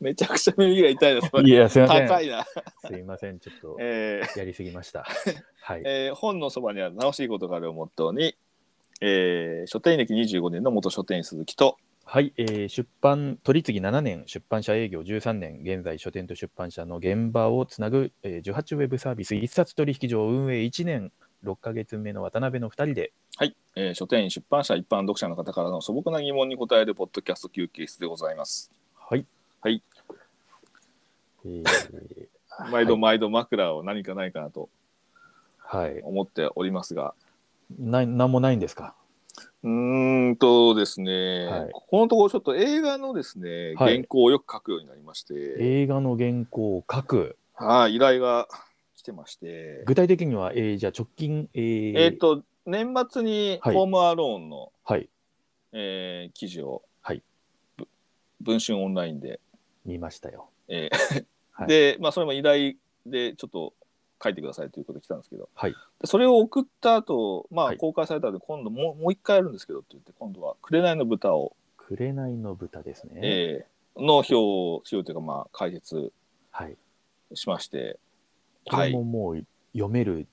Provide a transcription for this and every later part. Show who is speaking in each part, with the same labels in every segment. Speaker 1: めちゃくちゃ耳が痛いです。こ
Speaker 2: い
Speaker 1: れ
Speaker 2: や、すいません。
Speaker 1: 高いな。
Speaker 2: すいません、ちょっと
Speaker 1: えー
Speaker 2: やりすぎ ました。はい。
Speaker 1: えー本のそばには直しいことがあるをモットーに、えー書店員歴25年の元書店員鈴木と、
Speaker 2: はい、えー出版、取り次ぎ7年、出版社営業13年、現在書店と出版社の現場をつなぐ、えー18ウェブサービス一冊取引所運営1年、6ヶ月目の渡辺の2人で、
Speaker 1: はいえー書店員、出版社、一般読者の方からの素朴な疑問に答えるポッドキャスト休憩室でございます。
Speaker 2: はい。
Speaker 1: はい。
Speaker 2: えー
Speaker 1: 毎度毎度枕を何かないかなと
Speaker 2: はい。
Speaker 1: 思っておりますが、
Speaker 2: ななんもないんですか
Speaker 1: うーんとですね、
Speaker 2: はい
Speaker 1: ここのところちょっと映画のですね、
Speaker 2: はい
Speaker 1: 原稿をよく書くようになりまして、
Speaker 2: 映画の原稿を書く。
Speaker 1: はい、依頼が来てまして、
Speaker 2: 具体的には、えーじゃあ直近、えー
Speaker 1: えっ、と、年末に
Speaker 2: はい
Speaker 1: ホームアローンの、
Speaker 2: はい、
Speaker 1: えー記事を、
Speaker 2: はい
Speaker 1: ぶ文春オンラインで、
Speaker 2: 見ましたよ。
Speaker 1: えー
Speaker 2: はい
Speaker 1: で、まあ、それも依頼でちょっと書いてくださいということで来たんですけど、
Speaker 2: はい
Speaker 1: でそれを送った後、ま
Speaker 2: は
Speaker 1: あ
Speaker 2: い
Speaker 1: 公開されたので、今度もうもう一回やるんですけどって言って、今度は「紅の豚を」
Speaker 2: 紅の豚ですね。
Speaker 1: えーの表をしようというか、まあ、解説
Speaker 2: はい。
Speaker 1: しまして、
Speaker 2: これももう読める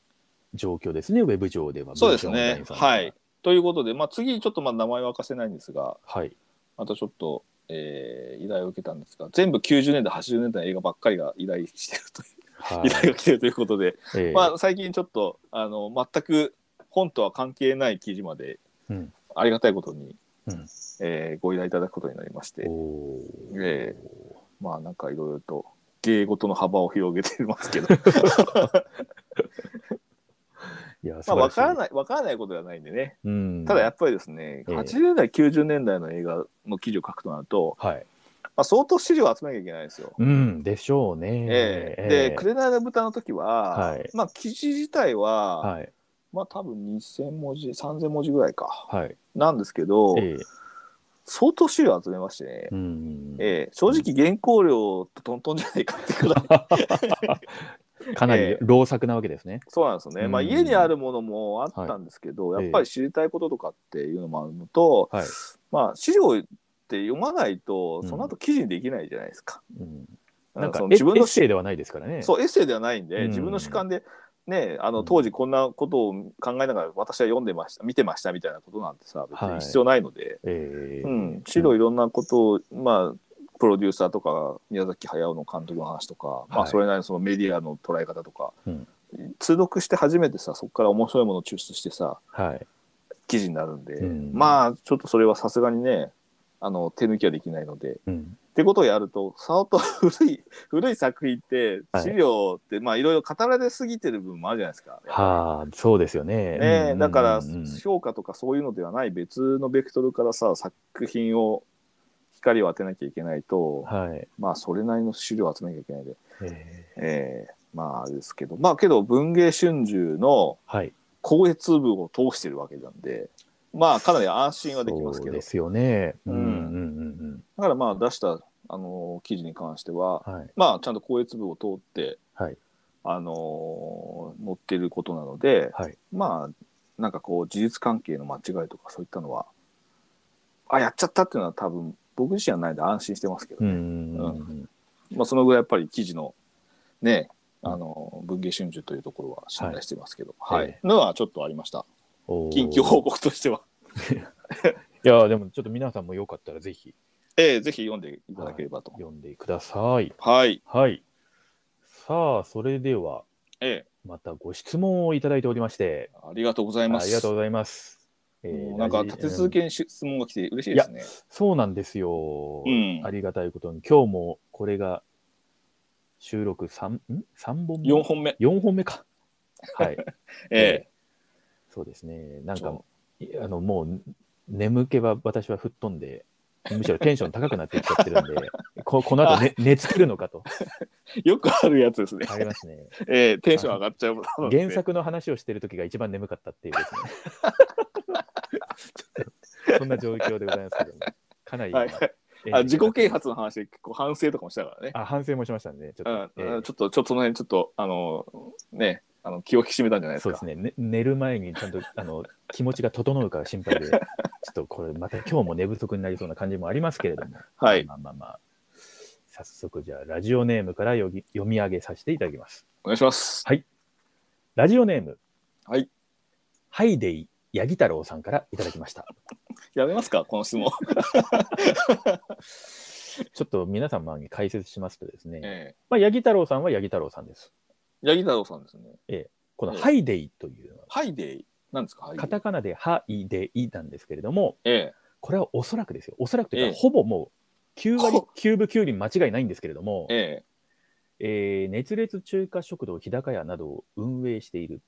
Speaker 2: 状況ですね、ウェブ上では。
Speaker 1: そうですね
Speaker 2: 文章の
Speaker 1: は
Speaker 2: 内容
Speaker 1: い。ということで、まあ、次ちょっとまあ名前は明かせないんですが、
Speaker 2: さんが。はい。
Speaker 1: またちょっと、えー依頼を受けたんですが全部90年代80年代の映画ばっかりが依頼してるという、
Speaker 2: はい。
Speaker 1: 依頼が来てるということで、
Speaker 2: えー
Speaker 1: まあ、最近ちょっとあの全く本とは関係ない記事まで、
Speaker 2: うん
Speaker 1: ありがたいことに、
Speaker 2: うん
Speaker 1: えーご依頼いただくことになりまして、
Speaker 2: おー
Speaker 1: えまあなんかいろいろと芸事の幅を広げてます けど
Speaker 2: いや、
Speaker 1: まあ分から
Speaker 2: い。
Speaker 1: ない分からないことではないんでね、
Speaker 2: うん、
Speaker 1: ただやっぱりですね、
Speaker 2: ええ
Speaker 1: 80年代90年代の映画の記事を書くとなると、
Speaker 2: はい。
Speaker 1: まあ、相当資料を集めなきゃいけないんですよ。
Speaker 2: うん、でしょうね。
Speaker 1: ええ
Speaker 2: え
Speaker 1: で「紅の豚」の時は、
Speaker 2: はい
Speaker 1: まあ記事自体は、
Speaker 2: はい。
Speaker 1: まあ多分2,000文字3,000文字ぐらいか
Speaker 2: はい。
Speaker 1: なんですけど、
Speaker 2: えー
Speaker 1: 相当資料集めましてね、
Speaker 2: うん
Speaker 1: ええ正直原稿料とトントンじゃないかって くらい
Speaker 2: かな
Speaker 1: え
Speaker 2: り
Speaker 1: え
Speaker 2: 老作なわけですね。
Speaker 1: そうなんですよね、まあ、
Speaker 2: うん
Speaker 1: 家にあるものもあったんですけど、
Speaker 2: はい
Speaker 1: やっぱり知りたいこととかっていうのもあるのと、
Speaker 2: はい。
Speaker 1: まあ資料って読まないと
Speaker 2: うん
Speaker 1: その後記事にできないじゃないですか。
Speaker 2: うん、
Speaker 1: な
Speaker 2: なんん
Speaker 1: か
Speaker 2: か
Speaker 1: その
Speaker 2: エ
Speaker 1: 自分
Speaker 2: エ
Speaker 1: の
Speaker 2: ッセイではないですからね。
Speaker 1: そうエッセイではないんで、
Speaker 2: うん
Speaker 1: 自分の主観で、ね、あ
Speaker 2: う
Speaker 1: の
Speaker 2: ん
Speaker 1: 当時こんなことを考えながら私は読んでました見てましたみたいなことなんてさ別
Speaker 2: は
Speaker 1: に
Speaker 2: い
Speaker 1: 必要ないので、
Speaker 2: えー
Speaker 1: うん、白いろんなことを、まあ、プロデューサーとか宮崎駿の監督の話とか、まあ、
Speaker 2: はい
Speaker 1: それなりにそのメディアの捉え方とか、
Speaker 2: うん
Speaker 1: 通読して初めてさそこから面白いものを抽出してさ
Speaker 2: はい。
Speaker 1: 記事になるんで、
Speaker 2: うん
Speaker 1: まあちょっとそれはさすがにねあの手抜きはできないので。
Speaker 2: うん。
Speaker 1: ってことをやると、相当 古い、古い作品って、
Speaker 2: はい
Speaker 1: 資料って、まあいろいろ語られすぎてる部分もあるじゃないですか。
Speaker 2: はあ、そうですよね。うんうん
Speaker 1: ね
Speaker 2: う
Speaker 1: え、
Speaker 2: ん
Speaker 1: だから評価とかそういうのではない別のベクトルからさ作品を光を当てなきゃいけないと、
Speaker 2: はい。
Speaker 1: まあそれなりの資料を集めなきゃいけないで、
Speaker 2: え
Speaker 1: ええまああれですけどまあけど文芸春秋の
Speaker 2: ーはい。
Speaker 1: 光悦部を通してるわけなんでまあかなり安心はできます
Speaker 2: そ
Speaker 1: けど
Speaker 2: うで
Speaker 1: だ
Speaker 2: すよね。
Speaker 1: う
Speaker 2: うんんうん
Speaker 1: からまあ出したあの記事に関しては
Speaker 2: うんうん。はい。
Speaker 1: まあちゃんと光悦部を通って、
Speaker 2: はい
Speaker 1: あのー載ってることなので、
Speaker 2: はい。
Speaker 1: まあなんかこう事実関係の間違いとかそういったのはあやっちゃったっていうのは多分僕自身はないんで安心してますけど、
Speaker 2: うんうんうんうん。
Speaker 1: まあ、そのぐらいやっぱり記事のねあの文藝春秋というところは信頼してますけど、は
Speaker 2: はいい
Speaker 1: のはちょっとありました
Speaker 2: おー
Speaker 1: 近況報告としては、
Speaker 2: いや、でもちょっと皆さんもよかったらぜひ
Speaker 1: えーぜひ読んでいただければと。
Speaker 2: 読んでください。
Speaker 1: はい、
Speaker 2: はい。さあ、それでは、
Speaker 1: え
Speaker 2: またご質問をいただいておりまして、
Speaker 1: ーありがとうござ
Speaker 2: あ
Speaker 1: います。
Speaker 2: りがとうございます。えー
Speaker 1: もうなんか
Speaker 2: ラジ
Speaker 1: 立て続けに質問が来て嬉しいですね。
Speaker 2: そうなんですよ、
Speaker 1: うん
Speaker 2: ありがたいことに、今日もこれが収録 3, ん3本目
Speaker 1: 4本目。
Speaker 2: 4本目か。はい。
Speaker 1: え
Speaker 2: えそうですね。なんか
Speaker 1: そ、
Speaker 2: いあの、もう、眠気は私は吹っ飛んで、むしろテンション高くなってきちゃってるんで、 ここの後、ね、寝つけるのかと、
Speaker 1: ーよくあるやつですね。
Speaker 2: ありますね。
Speaker 1: えーテンション上がっちゃう。
Speaker 2: 原作の話をしてる時が一番眠かったっていう ですね。ちょっとそんな状況でございますけど、ね、かなり、
Speaker 1: はいあ自己啓発の話で結構反省とかもしたからね。
Speaker 2: あ反省もしましたね。ちょっ
Speaker 1: う
Speaker 2: と
Speaker 1: ん、
Speaker 2: えー
Speaker 1: ちょっと、ちょっとその辺、ちょっと、あの、ね、あの気を引き締めたんじゃないです
Speaker 2: そう
Speaker 1: か。
Speaker 2: ですねね寝る前にちゃんとあの気持ちが整うか心配で、ちょっとこれまた今日も寝不足になりそうな感じもありますけれども、
Speaker 1: はい。
Speaker 2: まあまあまあ、早速じゃあラジオネームから読み読み上げさせていただきます。
Speaker 1: お願いします。
Speaker 2: ラジオネーム、
Speaker 1: はい。
Speaker 2: ハイデイヤギ太郎さんからいただき ました。
Speaker 1: やめますか、この質問。
Speaker 2: ちょっと皆様に解説しますとですね、
Speaker 1: え
Speaker 2: まあ、ヤギ太郎さんはヤギ太郎さんです。
Speaker 1: え。ヤギ太郎さんですね。
Speaker 2: この
Speaker 1: ええ
Speaker 2: ハイデイというのは、
Speaker 1: ハイデイ。なんですか、ハイデイ。
Speaker 2: カタカナでハイデイなんですけれども、
Speaker 1: え
Speaker 2: これはおそらくですよ、おそらくという
Speaker 1: ええ
Speaker 2: か、ほぼもう9割
Speaker 1: ほ
Speaker 2: 9分9厘間違いないんですけれども
Speaker 1: え。、え
Speaker 2: えー熱烈中華食堂日高屋などを運営している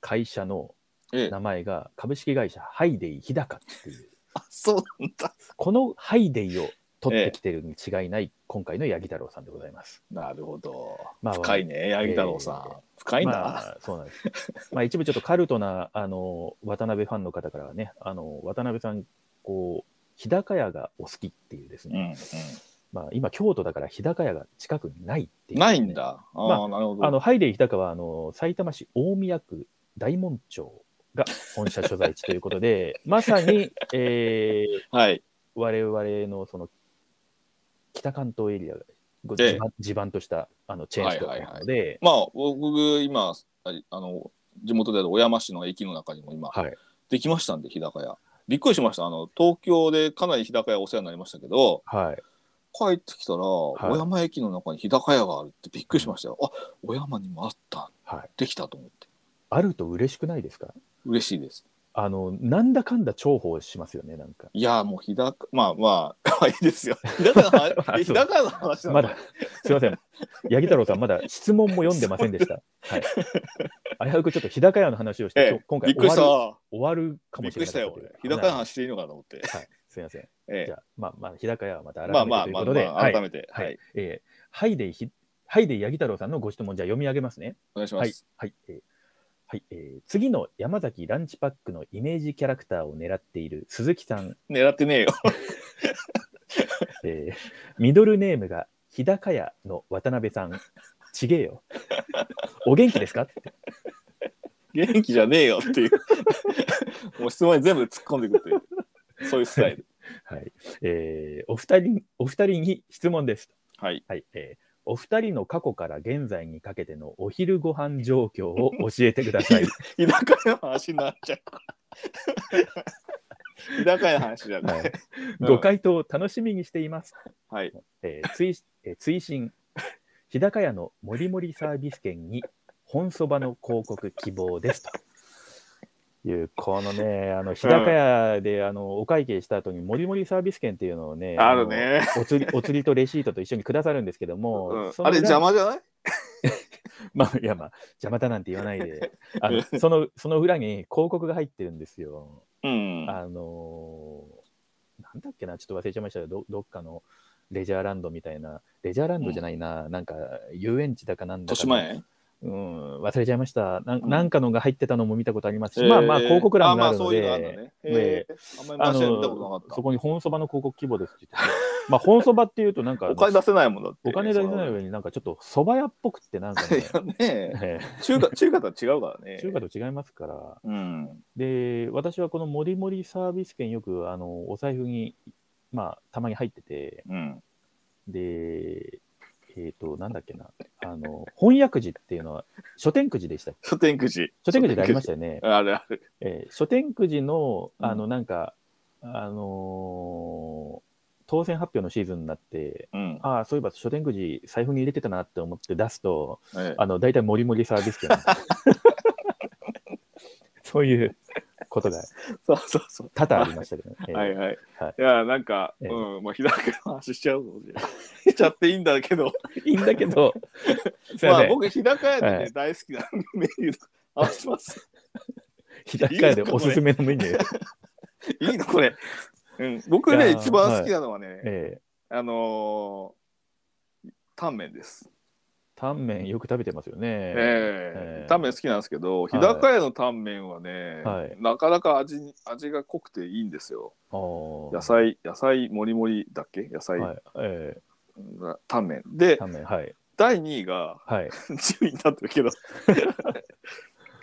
Speaker 2: 会社の
Speaker 1: え。ええ。
Speaker 2: 名前が株式会社ハイデイ日高っていう、
Speaker 1: あ、そうなんだ。
Speaker 2: このハイデイを取ってきてるに違いない、今回の八木太郎さんでございます。
Speaker 1: なるほど。
Speaker 2: まあ
Speaker 1: 深いね、ヤギ太郎さん。
Speaker 2: ええ
Speaker 1: 深いな。
Speaker 2: まあ、そうなんです。まあ、一部ちょっとカルトな、あの、渡辺ファンの方からはね、あの、渡辺さん、こう、日高屋がお好きっていうです
Speaker 1: うん
Speaker 2: ね、
Speaker 1: うん、
Speaker 2: まあ、今、京都だから日高屋が近くにないっていう、
Speaker 1: ないん。だ。ああ、
Speaker 2: まあ
Speaker 1: なるほど。
Speaker 2: あの、ハイデイ日高は、あの、埼玉市大宮区大門町が本社所在地ということで、まさに、えー、
Speaker 1: はい。
Speaker 2: 我々のその北関東エリアがご
Speaker 1: ええ
Speaker 2: 地盤地盤としたあのチェーンストアなので、
Speaker 1: まあ、僕、今、ああの、地元である小山市の駅の中にも今、
Speaker 2: はい
Speaker 1: できましたんで、日高屋。びっくりしました。あの、東京でかなり日高屋お世話になりましたけど、
Speaker 2: はい、
Speaker 1: 帰ってきたら、
Speaker 2: い
Speaker 1: 小山駅の中に日高屋があるってびっくりしましたよ。あ、小山にもあった。
Speaker 2: はい。
Speaker 1: できたと思って。
Speaker 2: あると嬉しくないですか
Speaker 1: 嬉しいです。
Speaker 2: あの、なんだかんだ重宝しますよね、なんか。
Speaker 1: いや、もう日高、まあまあ、可愛いですよ。日高の話
Speaker 2: まあそう
Speaker 1: 日高屋の話なの
Speaker 2: まだ、すいません。八木太郎さん、まだ質問も読んでませんでした。はい。危うくちょっと日高屋の話をして、
Speaker 1: え
Speaker 2: 今
Speaker 1: え
Speaker 2: 日今
Speaker 1: びっく
Speaker 2: 回
Speaker 1: りした
Speaker 2: 終わる
Speaker 1: わ。
Speaker 2: 終わるか
Speaker 1: び
Speaker 2: も
Speaker 1: っ
Speaker 2: し
Speaker 1: く
Speaker 2: れ
Speaker 1: り
Speaker 2: な
Speaker 1: した
Speaker 2: かった
Speaker 1: よ、
Speaker 2: という
Speaker 1: 俺。日高屋の
Speaker 2: はい
Speaker 1: 話していいのかなと思って。
Speaker 2: はい、すいません。
Speaker 1: え
Speaker 2: じ
Speaker 1: え
Speaker 2: ゃあ、まあまあ、日高屋はまた改め
Speaker 1: まあ
Speaker 2: て
Speaker 1: まあ
Speaker 2: とい
Speaker 1: まあ、
Speaker 2: うことで、
Speaker 1: まあ、改めて、
Speaker 2: は
Speaker 1: はいい、
Speaker 2: えーハイデイひ、ハイデイ八木太郎さんのご質問、じゃあ読み上げますね。
Speaker 1: お願いしま
Speaker 2: はい
Speaker 1: す。、
Speaker 2: はい、えーはい、えー次の山崎ランチパックのイメージキャラクターを狙っている鈴木さん、
Speaker 1: 狙ってねえよ。
Speaker 2: えーミドルネームが日高屋の渡辺さん、ちげえ よ。お元気ですかって
Speaker 1: 元気じゃねえよって いう。もう質問に全部突っ込んでいくっていう。そういうスタイル。
Speaker 2: はい、えーお二人に、お二人に質問です。
Speaker 1: はい。
Speaker 2: はい、えーお二人の過去から現在にかけてのお昼ご飯状況を教えてくだ さい。
Speaker 1: 日高屋の話になっちゃう。日高屋の話じゃない。うん
Speaker 2: ご回答楽しみにしています。
Speaker 1: はい。
Speaker 2: えー追 えー追伸日高屋のもりもりサービス券に本そばの広告希望ですというこのねあの日高屋で、あのお会計した後にもりもりサービス券っていうのをね
Speaker 1: あるね。
Speaker 2: あのお釣りお 釣りとレシートと一緒にくださるんですけども、
Speaker 1: うん
Speaker 2: その
Speaker 1: あれ
Speaker 2: 裏に
Speaker 1: 邪魔じゃない
Speaker 2: まあいやまあ邪魔だなんて言わないで あのそのその裏に広告が入ってるんですよ。
Speaker 1: うん。
Speaker 2: あのーなんだっけな、ちょっと忘れちゃいましたけど、どどっかのレジャーランドみたいな、レジャーランドじゃないな、なんか遊園地だかなんだ
Speaker 1: 豊
Speaker 2: か
Speaker 1: 島
Speaker 2: の、
Speaker 1: 園
Speaker 2: うん、忘れちゃいましたなん、
Speaker 1: うん
Speaker 2: なんかのが入ってたのも見たことあります
Speaker 1: え
Speaker 2: し、
Speaker 1: ー
Speaker 2: まあまあ、広告欄があ
Speaker 1: ま
Speaker 2: るの
Speaker 1: そういうのあるの
Speaker 2: で、
Speaker 1: ね。えーあんまり
Speaker 2: あ
Speaker 1: 話は見たことな
Speaker 2: の
Speaker 1: かった
Speaker 2: そ。こに本そばの広告規模ですって言って て、まあ本そばっていうと、なんかあの
Speaker 1: お金出せないもんだって。
Speaker 2: お金出せない上に、なんかちょっとそば屋っぽくって、なんか ね、
Speaker 1: いやね
Speaker 2: え
Speaker 1: 中 華、中華とは違うからね
Speaker 2: え。中華と違いますから。
Speaker 1: うん。
Speaker 2: で、私はこのもりもりサービス券、よくあのお財布に、まあ、たまに入ってて、
Speaker 1: うん。
Speaker 2: で、えっ、と、なんだっけな、あの翻訳時っていうのは、書店くじでした。
Speaker 1: 書店くじ。
Speaker 2: 書店くじでありましたよね。
Speaker 1: あるある。
Speaker 2: えー書店くじの、あ
Speaker 1: う
Speaker 2: の、なんか、あのー当選発表のシーズンになって、
Speaker 1: うん。
Speaker 2: ああ、そういえば書店くじ財布に入れてたなって思って出すと、
Speaker 1: ええ
Speaker 2: あの、大体もりもりサービス券。 そういうことが
Speaker 1: そうそうそう。
Speaker 2: 多々ありましたけどね。えー
Speaker 1: はいはい。
Speaker 2: はい
Speaker 1: いや、なんか、
Speaker 2: ええ
Speaker 1: うん、もう日高屋の話しちゃうので。し ちゃっていいんだけど、
Speaker 2: いいんだけ ど、すいま
Speaker 1: ま
Speaker 2: せ
Speaker 1: あ
Speaker 2: ん、
Speaker 1: 僕、日高屋で
Speaker 2: は
Speaker 1: ね、大好きなメニューの話します。
Speaker 2: 日高屋でおすすめのメニュー。
Speaker 1: いいのこれ。うん、僕
Speaker 2: い
Speaker 1: ね、
Speaker 2: やー
Speaker 1: 一番好きなのはね、
Speaker 2: ええ
Speaker 1: あのー、タンメンです。
Speaker 2: タンメンよく食べてますよね。
Speaker 1: え
Speaker 2: え
Speaker 1: え
Speaker 2: え
Speaker 1: タンメン好きなんですけど、日高屋のタンメンはね
Speaker 2: はい、
Speaker 1: なかなか味に味が濃くていいんですよ。
Speaker 2: あー
Speaker 1: 野菜、野菜もりもりだっけ野菜、
Speaker 2: はい、え
Speaker 1: うんタンメン。
Speaker 2: え
Speaker 1: で
Speaker 2: タ、ンメン、はい、第
Speaker 1: 第2位が、
Speaker 2: はい、
Speaker 1: 10位になってるけど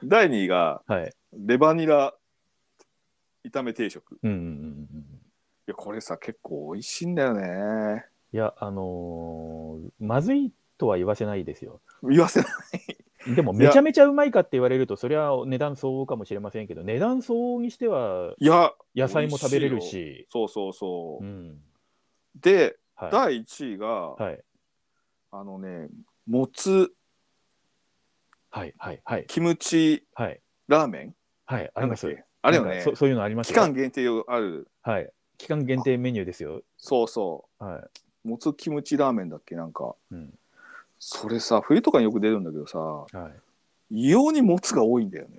Speaker 1: 第2位が
Speaker 2: はい、
Speaker 1: レバニラ炒め定食い
Speaker 2: うんうんうんうん。
Speaker 1: やこれさ結構美味しいんだよね
Speaker 2: いいや、あのーまずいとは言わせないですよ。
Speaker 1: 言わせない。
Speaker 2: でも、
Speaker 1: いや
Speaker 2: めちゃめちゃうまいかって言われると、それは値段相応かもしれませんけど、値段相応にしてはい
Speaker 1: や、
Speaker 2: 野菜も食べれるし、
Speaker 1: そうそうそう。
Speaker 2: うん。
Speaker 1: で、
Speaker 2: は
Speaker 1: 第1位が、
Speaker 2: い。はい。
Speaker 1: あのね、もつ
Speaker 2: はい。はい。はい。
Speaker 1: キムチ
Speaker 2: はい。
Speaker 1: ラーメン
Speaker 2: はい。
Speaker 1: なんだ
Speaker 2: ありま
Speaker 1: っ
Speaker 2: す。
Speaker 1: けあれよ
Speaker 2: なん
Speaker 1: ね
Speaker 2: か、そそういうのあります
Speaker 1: 期
Speaker 2: よ
Speaker 1: 間限定用ある、
Speaker 2: はい。期間限定メニューですよ。
Speaker 1: そうそ
Speaker 2: は
Speaker 1: う、もつキムチラーメンだっけ、なんか、
Speaker 2: い。うん。
Speaker 1: それさ、冬とかによく出るんだけどさ、
Speaker 2: はい。
Speaker 1: 異様にもつが多いんだよね。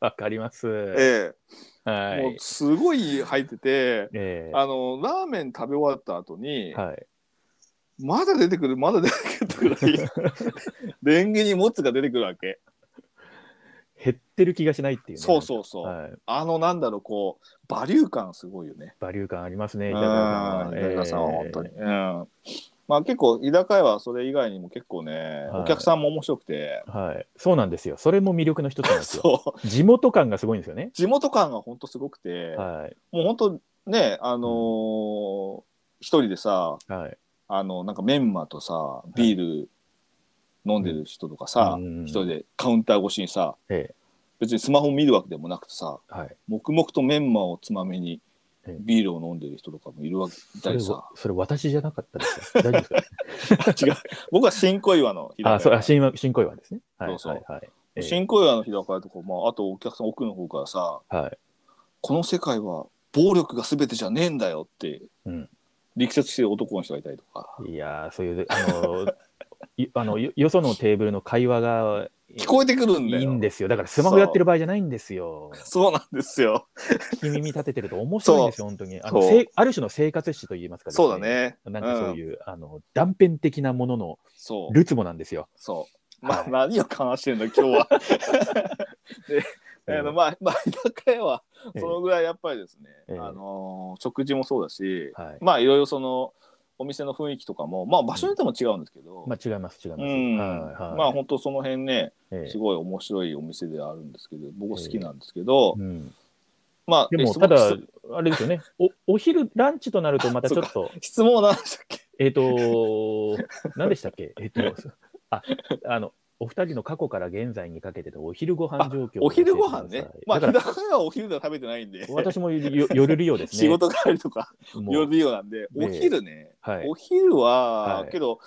Speaker 2: わかります。
Speaker 1: え
Speaker 2: は
Speaker 1: え、もう
Speaker 2: い。
Speaker 1: すごい入ってて、
Speaker 2: ええ
Speaker 1: あのラーメン食べ終わった後に、
Speaker 2: はい。
Speaker 1: まだ出てくる、まだ出てくる ぐらい、レンゲにもつが出てくるわけ。
Speaker 2: 減ってる気がしないっていうね。
Speaker 1: そうそうそう。
Speaker 2: はい。
Speaker 1: あの、なんだろう、こう、バリュー感すごいよね。
Speaker 2: バリュー感ありますね。
Speaker 1: う
Speaker 2: 板
Speaker 1: ん、
Speaker 2: 倉さんは
Speaker 1: 板倉さんは本当に。
Speaker 2: え
Speaker 1: うん。まあ結構、居酒屋はそれ以外にも結構ね、
Speaker 2: はい
Speaker 1: お客さんも面白くて、
Speaker 2: えはい。そうなんですよ。それも魅力の一つなんですよ。
Speaker 1: そう、
Speaker 2: 地元感がすごいんですよね。
Speaker 1: 地元感が本当すごくて、
Speaker 2: はい。
Speaker 1: もう本当ね、あのー一人でさ、
Speaker 2: はい。
Speaker 1: あの、なんかメンマとさ、ビール飲んでる人とかさ、
Speaker 2: うん
Speaker 1: 一人でカウンター越しにさ、
Speaker 2: え
Speaker 1: 別にスマホ見るわけでもなくてさ、
Speaker 2: えはい。
Speaker 1: 黙々とメンマをつまみに
Speaker 2: ええ
Speaker 1: ビールを飲んでる人とかもいるわけ
Speaker 2: そ
Speaker 1: だ
Speaker 2: れ
Speaker 1: りさ
Speaker 2: は、それ私じゃなかった ですよ。大丈夫ですか
Speaker 1: 違う僕は新小岩の日
Speaker 2: あ、
Speaker 1: 高
Speaker 2: そう、
Speaker 1: 屋
Speaker 2: あ新和新小岩ですね。はい。
Speaker 1: そうそう
Speaker 2: はい。はい。ええ
Speaker 1: 新小岩の日高屋とか、まあ、あとお客さん奥の方からさ
Speaker 2: はい。
Speaker 1: 「この世界は暴力が全てじゃねえんだよ」って
Speaker 2: うん
Speaker 1: 力説してる男の人がいたりとか、
Speaker 2: いやー、そういう、あの、 いあのよよそのテーブルの会話が
Speaker 1: 聞こえてくるんだよ
Speaker 2: いいんですよ。だからスマホやってる場合じゃないんですよ。
Speaker 1: そうなんですよ
Speaker 2: 聞き耳立ててると面白いんですよ、本当に。あの
Speaker 1: そう
Speaker 2: せある種の生活史といいますか、
Speaker 1: そうだ。ね
Speaker 2: なんかそう
Speaker 1: う、ん、
Speaker 2: いう、あの断片的なものの
Speaker 1: そう
Speaker 2: ルツボなんですよ。
Speaker 1: そうまあ
Speaker 2: はい
Speaker 1: 何を話してんだ今日 はであのまあまあ日高屋は
Speaker 2: ええ
Speaker 1: そのぐらいやっぱりですね、
Speaker 2: ええ
Speaker 1: あのー食事もそうだし、
Speaker 2: はい
Speaker 1: まあいろいろそのお店の雰囲気とかもまあ場所によっても違うんですけど、
Speaker 2: まあ違います、違います。
Speaker 1: うん
Speaker 2: はいはい
Speaker 1: まあ本当その辺ね
Speaker 2: ええ
Speaker 1: すごい面白いお店であるんですけど僕好きなんですけど、
Speaker 2: うん
Speaker 1: まあ
Speaker 2: でも、
Speaker 1: 質
Speaker 2: た
Speaker 1: 問
Speaker 2: だ、あれですよね、おお昼、ランチとなると、またちょっと、
Speaker 1: 質問なんでしたっけ
Speaker 2: えっ、と、何でしたっけ、えっ、と、ああの、お二人の過去から現在にかけてのお昼ご飯状況を
Speaker 1: お昼ご飯
Speaker 2: 教
Speaker 1: ね
Speaker 2: えてください
Speaker 1: まあ
Speaker 2: だ
Speaker 1: 日
Speaker 2: か
Speaker 1: 高屋はお昼では食べてないんで
Speaker 2: ら、私もよ夜利用ですね。
Speaker 1: 仕事帰りとか
Speaker 2: もう
Speaker 1: 夜利用なんで
Speaker 2: ええ
Speaker 1: お昼ね、
Speaker 2: はい
Speaker 1: お。昼は、
Speaker 2: はい
Speaker 1: けど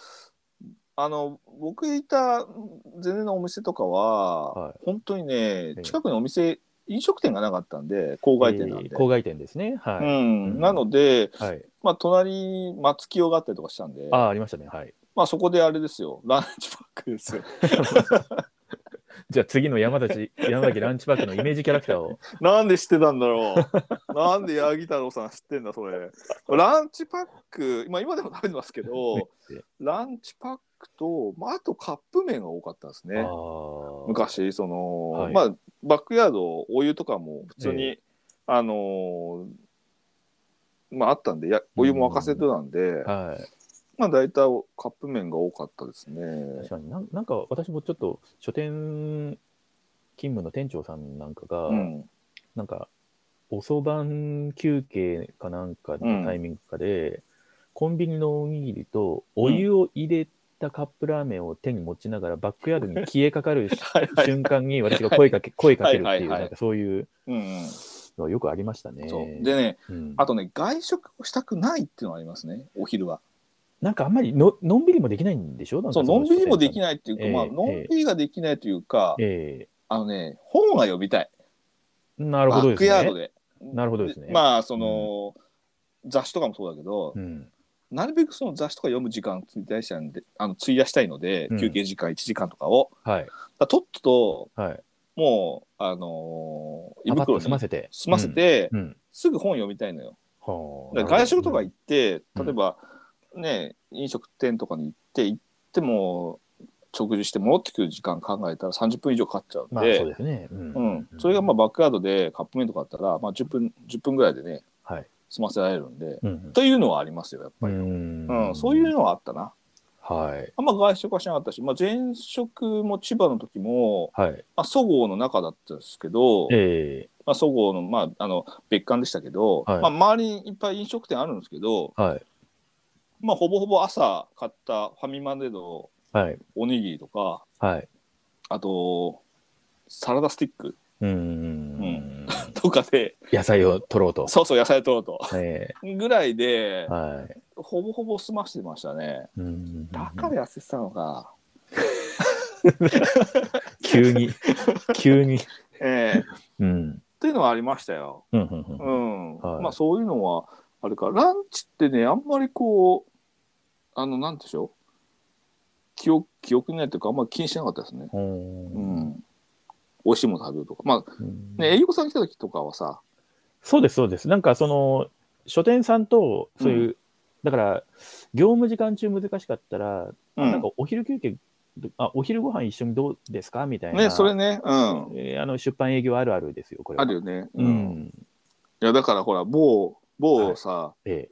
Speaker 1: あの僕いた全然のお店とかは、
Speaker 2: はい
Speaker 1: 本当にね
Speaker 2: え
Speaker 1: 近くにお店飲食店がなかったんで郊外店なんで、
Speaker 2: えー郊外店ですね。はい。
Speaker 1: うん
Speaker 2: うん
Speaker 1: なので、
Speaker 2: はい。
Speaker 1: まあ、隣に松清があったりとかしたんで
Speaker 2: ああ、ありましたね。はい。
Speaker 1: まあそこであれですよ、ランチパックですよ。
Speaker 2: じゃあ次の山 崎、山崎ランチパークのイメージキャラクターを。
Speaker 1: なんで知ってたんだろ う。なんで八木太郎さん知ってんだ、それ。ランチパック、今今でも食べてますけど、ランチパックと、まあ、あとカップ麺が多かったです ね。
Speaker 2: ああ。
Speaker 1: 昔、その、
Speaker 2: はい
Speaker 1: まあ、バックヤード、お湯とかも普通に、
Speaker 2: え
Speaker 1: あのーまああったんでやお湯も沸かせてたんで、
Speaker 2: はい。
Speaker 1: まあ大体カップ麺が多かったですね。
Speaker 2: 確かになんなんか私もちょっと書店勤務の店長さんなんかが、
Speaker 1: うん、
Speaker 2: なんか遅番休憩かなんかのタイミングかで、コンビニのおにぎりとお湯を入れたカップラーメンを手に持ちながらバックヤードに消えかかる
Speaker 1: はいはい。
Speaker 2: 瞬間に私が声かけ声かけるって
Speaker 1: はいいうはいはい
Speaker 2: なんかそういう
Speaker 1: うんうん
Speaker 2: のはよくありましたね。
Speaker 1: そうでね
Speaker 2: うん
Speaker 1: あとね、外食をしたくないっていうのはありますね、お昼は。
Speaker 2: なんかあんまりののんびりもできないんでしょなんか
Speaker 1: そう、のんびりもでき
Speaker 2: い。
Speaker 1: ないっていうか、
Speaker 2: ええ
Speaker 1: まあ、
Speaker 2: ええ
Speaker 1: のんびりができないというか、
Speaker 2: え
Speaker 1: あのね、本が読みたい。
Speaker 2: えなるほど
Speaker 1: バッ
Speaker 2: です
Speaker 1: ク
Speaker 2: ね。
Speaker 1: ヤードで。
Speaker 2: なるほどですね
Speaker 1: まあ、その、雑誌とかもそうだけど、
Speaker 2: うん、
Speaker 1: なるべくその雑誌とか読む時間費やしたいんで、あの費やしたいので、
Speaker 2: うん
Speaker 1: 休憩時間1時間とかを。
Speaker 2: はい。
Speaker 1: だからとっとと、
Speaker 2: はい。
Speaker 1: もう、あのー胃
Speaker 2: パパ
Speaker 1: 袋
Speaker 2: ッと
Speaker 1: に
Speaker 2: 済ませて。
Speaker 1: 済ませて、
Speaker 2: うん。うん
Speaker 1: すぐ本読みたいのよ。
Speaker 2: はあ
Speaker 1: だから外食とか行って、
Speaker 2: うん
Speaker 1: 例えば、ね飲食店とかに行って行っても食事して戻ってくる時間考えたら30分以上かかっちゃうんで,、
Speaker 2: まあそうですね。うん。
Speaker 1: うん、それがまあバックヤードでカップ麺とかあったら、まあ、10, 分10分ぐらいでね
Speaker 2: あ、はい。
Speaker 1: 済ませられるんで
Speaker 2: うん。
Speaker 1: というのはありますよやっぱり、うん
Speaker 2: ん
Speaker 1: そういう。のはあったな
Speaker 2: はい。
Speaker 1: あんま外食はしなかったし、まあ、前職も千葉の時も、
Speaker 2: はい。
Speaker 1: まあ、そごうの中だったんですけど、
Speaker 2: ええ
Speaker 1: まあ、そごうの,、まあ、あの別館でしたけど、
Speaker 2: はい
Speaker 1: まあ、周りにいっぱい飲食店あるんですけど
Speaker 2: はい。
Speaker 1: まあ、ほぼほぼ朝買ったファミマでの
Speaker 2: はい。
Speaker 1: おにぎりとか、
Speaker 2: はい。
Speaker 1: あと、サラダスティック
Speaker 2: うーん。
Speaker 1: とかで、
Speaker 2: 野菜を取ろうと。
Speaker 1: そうそう、野菜取ろうと。
Speaker 2: え
Speaker 1: ぐらいで
Speaker 2: ー、はい。
Speaker 1: ほぼほぼ済ましてましたね。
Speaker 2: うーん
Speaker 1: だから痩せてたのか。
Speaker 2: 急に、急に。
Speaker 1: ええ
Speaker 2: うん。
Speaker 1: っていうのはありましたよ。
Speaker 2: うんうんうん
Speaker 1: うん。
Speaker 2: はい
Speaker 1: まあ、そういうのは、あれか、ランチってね、あんまりこう、あの、なんでしょう。記憶、記憶にないというか、あんまり気にしなかったですね。う
Speaker 2: うん
Speaker 1: ん。美味しいもの食べるとか。ま
Speaker 2: うん
Speaker 1: あ、ね、栄養さん来た時とかはさ、
Speaker 2: そうです、そうです。なんかその書店さんとそういう、だから業務時間中難しかったら、
Speaker 1: うん
Speaker 2: なんかお昼休憩、あお昼ご飯一緒にどうですかみたいな。
Speaker 1: ね、それね、うん。
Speaker 2: えーあの出版営業あるあるですよ、これは。
Speaker 1: あるよね。
Speaker 2: う。ん。
Speaker 1: いや、だからほら、某、某さ、
Speaker 2: え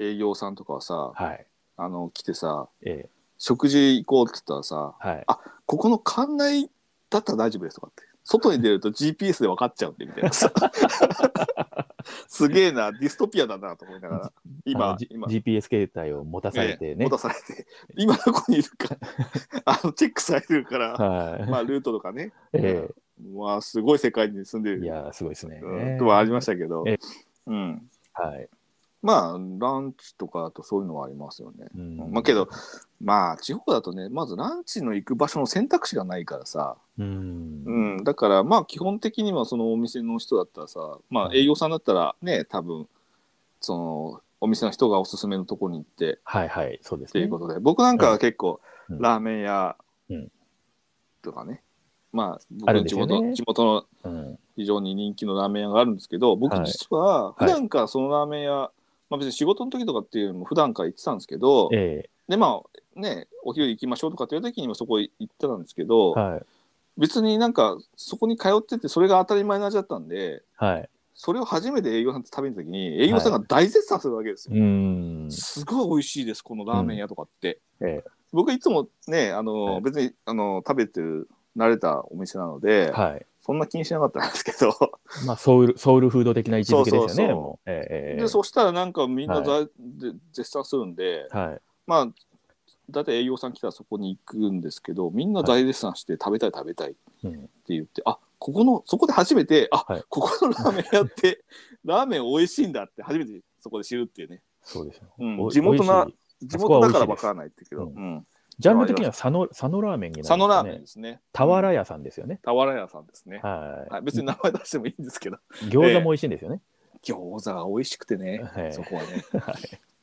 Speaker 2: え
Speaker 1: 営業さんとかはさ、
Speaker 2: はい。
Speaker 1: あの、来てさ、
Speaker 2: ええ
Speaker 1: 食事行こうって言ったらさ、
Speaker 2: はい。
Speaker 1: ここの館内だったら大丈夫ですとかって外に出ると GPS で分かっちゃうんでみたい なさすげえなディストピアだなと思いながら
Speaker 2: あ
Speaker 1: 今
Speaker 2: の G-
Speaker 1: 今
Speaker 2: GPS 携帯を持たされてね。
Speaker 1: 持たされて今どこにいるかあのチェックされてるから
Speaker 2: はい。
Speaker 1: まあルートとかね
Speaker 2: え
Speaker 1: まあすごい世界に住んで
Speaker 2: えい
Speaker 1: る
Speaker 2: やー、すごいですね。
Speaker 1: うんとはありましたけど
Speaker 2: ええ
Speaker 1: うん
Speaker 2: はい。
Speaker 1: まあランチとかだとそういうのはありますよね。
Speaker 2: うん
Speaker 1: まあけど、まあ地方だとねまずランチの行く場所の選択肢がないからさ、
Speaker 2: うん。
Speaker 1: うん、だからまあ基本的にはそのお店の人だったらさ、まあ、営業さんだったらね多分そのお店の人がおすすめのとこに行って
Speaker 2: はいはい、そうで
Speaker 1: っ
Speaker 2: す
Speaker 1: てい
Speaker 2: ね
Speaker 1: う。ことで、僕なんかは結構
Speaker 2: うん
Speaker 1: ラーメン屋
Speaker 2: うん
Speaker 1: とかね、まあ
Speaker 2: あ
Speaker 1: 僕の
Speaker 2: るんで
Speaker 1: 地
Speaker 2: すよ
Speaker 1: 元,、
Speaker 2: ね
Speaker 1: 地元の
Speaker 2: うん。
Speaker 1: 非常に人気のラーメン屋があるんですけど僕
Speaker 2: はい
Speaker 1: 実は
Speaker 2: はい
Speaker 1: 普段からそのラーメン屋、まあ別に仕事の時とかっていうよりも普段から行ってたんですけど、
Speaker 2: え
Speaker 1: でまあねお昼行きましょうとかっていう時にもそこ行ってたんですけど、
Speaker 2: えはい。
Speaker 1: 別になんかそこに通っててそれが当たり前の味だったんで
Speaker 2: はい。
Speaker 1: それを初めて営業さんと食べに行った時に営業さんが大絶賛するわけですよ、
Speaker 2: うん。
Speaker 1: すごい美味しいですこのラーメン屋とかって、
Speaker 2: うんええ
Speaker 1: 僕いつもねあの、
Speaker 2: はい
Speaker 1: 別にあの食べてる慣れたお店なので、
Speaker 2: はい。
Speaker 1: そんな気にしなかったんですけど、
Speaker 2: まあ、ソウルソウルフード的な位置づけですよ
Speaker 1: そ
Speaker 2: ね。
Speaker 1: うそうそう
Speaker 2: もうええええ
Speaker 1: でそしたらなんかみんなざ、で絶賛するんで
Speaker 2: はい、
Speaker 1: まあだいたい営業さん来たらそこに行くんですけどみんな大絶賛して食べたい食べたい
Speaker 2: うん
Speaker 1: って言って、あここの、そこで初めて、あ、
Speaker 2: はい
Speaker 1: ここのラーメン屋 って、ラーメン美味しいんだって、初めてそこで知るっていうね。
Speaker 2: そうですよ、
Speaker 1: うん
Speaker 2: お
Speaker 1: 地元な
Speaker 2: 美味しい
Speaker 1: 地
Speaker 2: あそこ
Speaker 1: 元
Speaker 2: は
Speaker 1: だか
Speaker 2: 美味しいです
Speaker 1: ら分からないって言うけど、うん。
Speaker 2: ジャンル的には佐野佐野ラーメンになるんです
Speaker 1: 佐野ラ
Speaker 2: か
Speaker 1: ー
Speaker 2: ね
Speaker 1: メンですね。
Speaker 2: 俵屋さんですよね。
Speaker 1: 俵屋さんですね。
Speaker 2: はい、
Speaker 1: はい、別に名前出してもいいんですけど、
Speaker 2: 餃子も美味しいんですよね。
Speaker 1: 餃子が美味しくてね、
Speaker 2: はい
Speaker 1: そこはね。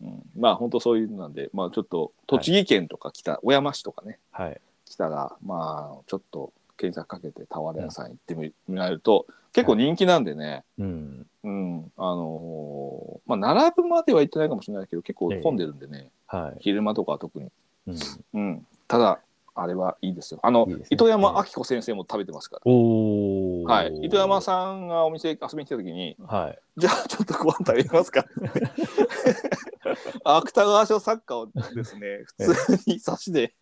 Speaker 1: うん、まあ本当そういうのなんで、まあちょっと栃木県とか北、小山市とかね、
Speaker 2: はい、
Speaker 1: 北が、まあちょっと検索かけて俵屋さん行ってみ見られると、結構人気なんでね、
Speaker 2: うん、
Speaker 1: うん、あのーまあ、並ぶまでは行ってないかもしれないけど、結構混んでるんでね、
Speaker 2: はい、
Speaker 1: 昼間とかは特に。
Speaker 2: うん。
Speaker 1: うん、ただ、あれはいいですよ。あの、
Speaker 2: いいですね
Speaker 1: 糸山明子先生も食べてますから。
Speaker 2: おお。
Speaker 1: はい、糸山さんがお店遊びに来た時に、
Speaker 2: ん。はい。
Speaker 1: じゃあちょっとご飯食べます かって。芥川賞作家をですね、普通に差しで、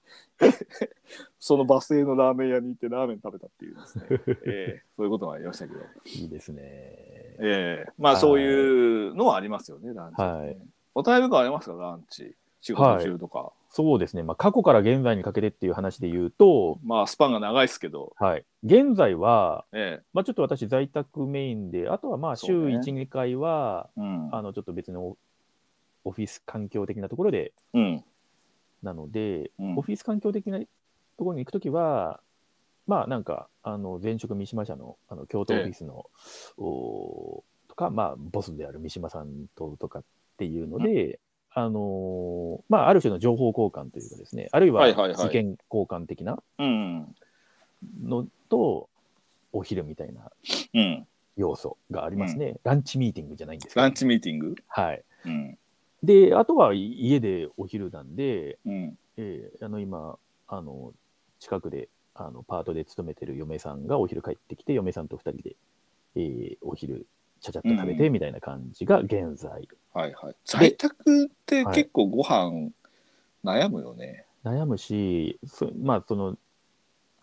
Speaker 1: そのバス停のラーメン屋に行ってラーメン食べたっていうですね、ええそういうこともありましたけど。
Speaker 2: いいですね。
Speaker 1: ええま
Speaker 2: は
Speaker 1: あ
Speaker 2: い
Speaker 1: そういうのはありますよね、ランチ、ね。
Speaker 2: はい
Speaker 1: お便りがありますか、ランチ。仕事中とか。
Speaker 2: そうですね。まあ、過去から現在にかけてっていう話で言うと、
Speaker 1: まあスパンが長いですけど。
Speaker 2: はい、現在は、
Speaker 1: ええ
Speaker 2: まあ、ちょっと私在宅メインで、あとはまあ週
Speaker 1: そうね
Speaker 2: 1、2回は、
Speaker 1: うん。
Speaker 2: あのちょっと別のオオフィス環境的なところで
Speaker 1: うん。
Speaker 2: なので、
Speaker 1: うん
Speaker 2: オフィス環境的なところに行くときは、まあなんか、あの前職三島社のあの京都オフィスの、おーとか、まあボスである三島さんととかっていうので、あのーまあある種の情報交換というかですね、あるいは
Speaker 1: は
Speaker 2: 意
Speaker 1: いはい
Speaker 2: 見
Speaker 1: はい
Speaker 2: 交換的な
Speaker 1: うん。
Speaker 2: のと、お昼みたいな
Speaker 1: うん。
Speaker 2: 要素がありますね。ランチミーティングじゃないんですけど
Speaker 1: ランチミーティング
Speaker 2: はい。
Speaker 1: うん。
Speaker 2: で、あとは家でお昼なんで、
Speaker 1: うん。
Speaker 2: ええあの今あの近くであのパートで勤めてる嫁さんがお昼帰ってきて嫁さんと2人で、ええお昼ちゃちゃっと食べてみたいな感じが現在、
Speaker 1: はいはい。在宅って結構ご飯悩むよね。
Speaker 2: 悩むしそまあその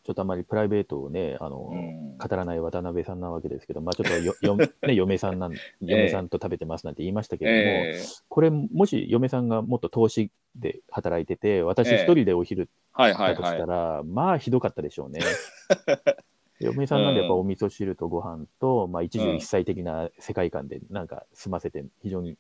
Speaker 2: ちょっとあまりプライベートをね、あの、
Speaker 1: うん
Speaker 2: 語らない渡辺さんなわけですけど、まあ、ちょっと よよ、ね、嫁さんなん、嫁さんと食べてますなんて言いましたけれども、
Speaker 1: ええ
Speaker 2: これ、もし嫁さんがもっと投資で働いてて、私
Speaker 1: ええ
Speaker 2: 一人でお昼
Speaker 1: はいは
Speaker 2: だ
Speaker 1: い
Speaker 2: とし
Speaker 1: は
Speaker 2: た
Speaker 1: い。
Speaker 2: ら、まあひどかったでしょう ね。嫁さんなんでやっぱお味噌汁とご飯と、まあ一汁一菜的な世界観でなんか済ませて非常に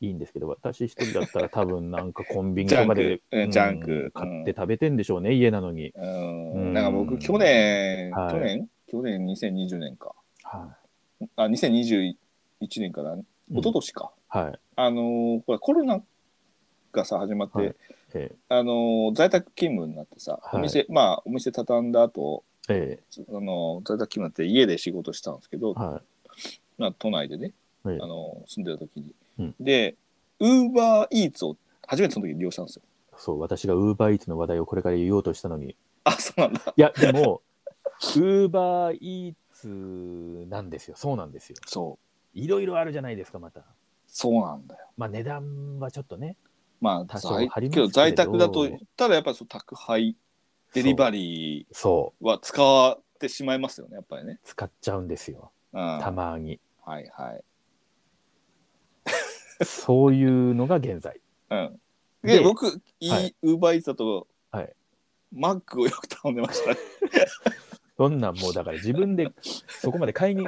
Speaker 2: いいんですけど、私一人 だったら多分なんかコンビニとかで
Speaker 1: ジャンクうん
Speaker 2: うん
Speaker 1: ジャンク
Speaker 2: 買って食べてんでしょうね、家なのに。
Speaker 1: うん
Speaker 2: うん
Speaker 1: なんか僕、去年、
Speaker 2: はい
Speaker 1: 去年去年2020年か。
Speaker 2: は
Speaker 1: あ、2021年から、一
Speaker 2: い。
Speaker 1: 昨年か。
Speaker 2: はい。
Speaker 1: あのーほら、コロナがさ、始まって、
Speaker 2: はいえ
Speaker 1: あのー在宅勤務になってさ、
Speaker 2: はい
Speaker 1: お店、まあ、お店畳んだ後、
Speaker 2: ええ
Speaker 1: あのー在宅勤務になって家で仕事したんですけど
Speaker 2: え、は
Speaker 1: まあ、都内でね、
Speaker 2: い。ええ
Speaker 1: あのー住んでた時に。
Speaker 2: うん
Speaker 1: で、ウーバーイーツを初めてその時に利用したんですよ。
Speaker 2: そう、私がウーバーイーツの話題をこれから言おうとしたのに、い
Speaker 1: あ、そうなんだ。
Speaker 2: や、でも、ウーバーイーツなんですよ。そうなんですよ。
Speaker 1: そう。
Speaker 2: いろいろあるじゃないですか、また。
Speaker 1: そうなんだよ。
Speaker 2: まあ値段はちょっとね、
Speaker 1: まあ、
Speaker 2: 多少
Speaker 1: 在
Speaker 2: 張り
Speaker 1: け
Speaker 2: ますけれ
Speaker 1: ど在
Speaker 2: ど
Speaker 1: 宅だと言ったら、やっぱりそう宅配、デリバリ
Speaker 2: そ
Speaker 1: ーは使ってしまいますよね、やっぱりね。
Speaker 2: う、使っちゃうんですよ、
Speaker 1: うん、
Speaker 2: た
Speaker 1: は
Speaker 2: まに。
Speaker 1: いはい。
Speaker 2: そういうのが現在。
Speaker 1: うん。
Speaker 2: で
Speaker 1: で、僕、い、
Speaker 2: はい
Speaker 1: ウーバーイーツだと、
Speaker 2: はい
Speaker 1: マックをよく頼んでました ね。
Speaker 2: そんなんもうだから自分でそこまで買いに、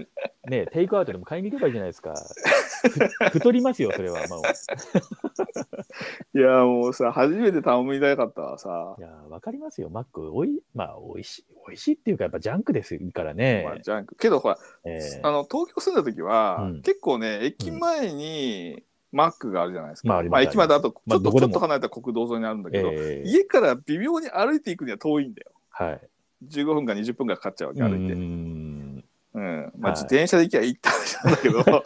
Speaker 2: ね、テイクアウトでも買いに行けばいいじゃないですか。ふ太りますよ、それは。まあ、
Speaker 1: いや、もうさ、初めて頼みたかったわさ
Speaker 2: い。や、わかりますよ。マック、おい、まあ、おいしい、おいしいっていうか、やっぱジャンクですからね
Speaker 1: ま。あ、ジャンク。けど、ほら、
Speaker 2: ええ
Speaker 1: あの、東京住んだ時は、
Speaker 2: うん
Speaker 1: 結構ね、駅前に、マックがあるじゃないですか。
Speaker 2: まああります
Speaker 1: 駅まであと、ち
Speaker 2: ま
Speaker 1: ょ
Speaker 2: あ
Speaker 1: っと、
Speaker 2: どこ
Speaker 1: ち
Speaker 2: で
Speaker 1: ょ
Speaker 2: も
Speaker 1: っと離れた国道沿いにあるんだけど、
Speaker 2: ええ
Speaker 1: 家から微妙に歩いていくには遠いんだよ。
Speaker 2: はい。
Speaker 1: 15分か20分かかかっちゃうわけ、歩いて
Speaker 2: うー。ん
Speaker 1: うん。まあ、
Speaker 2: は
Speaker 1: 自
Speaker 2: い
Speaker 1: 転車で行きゃ行った話なんだけど。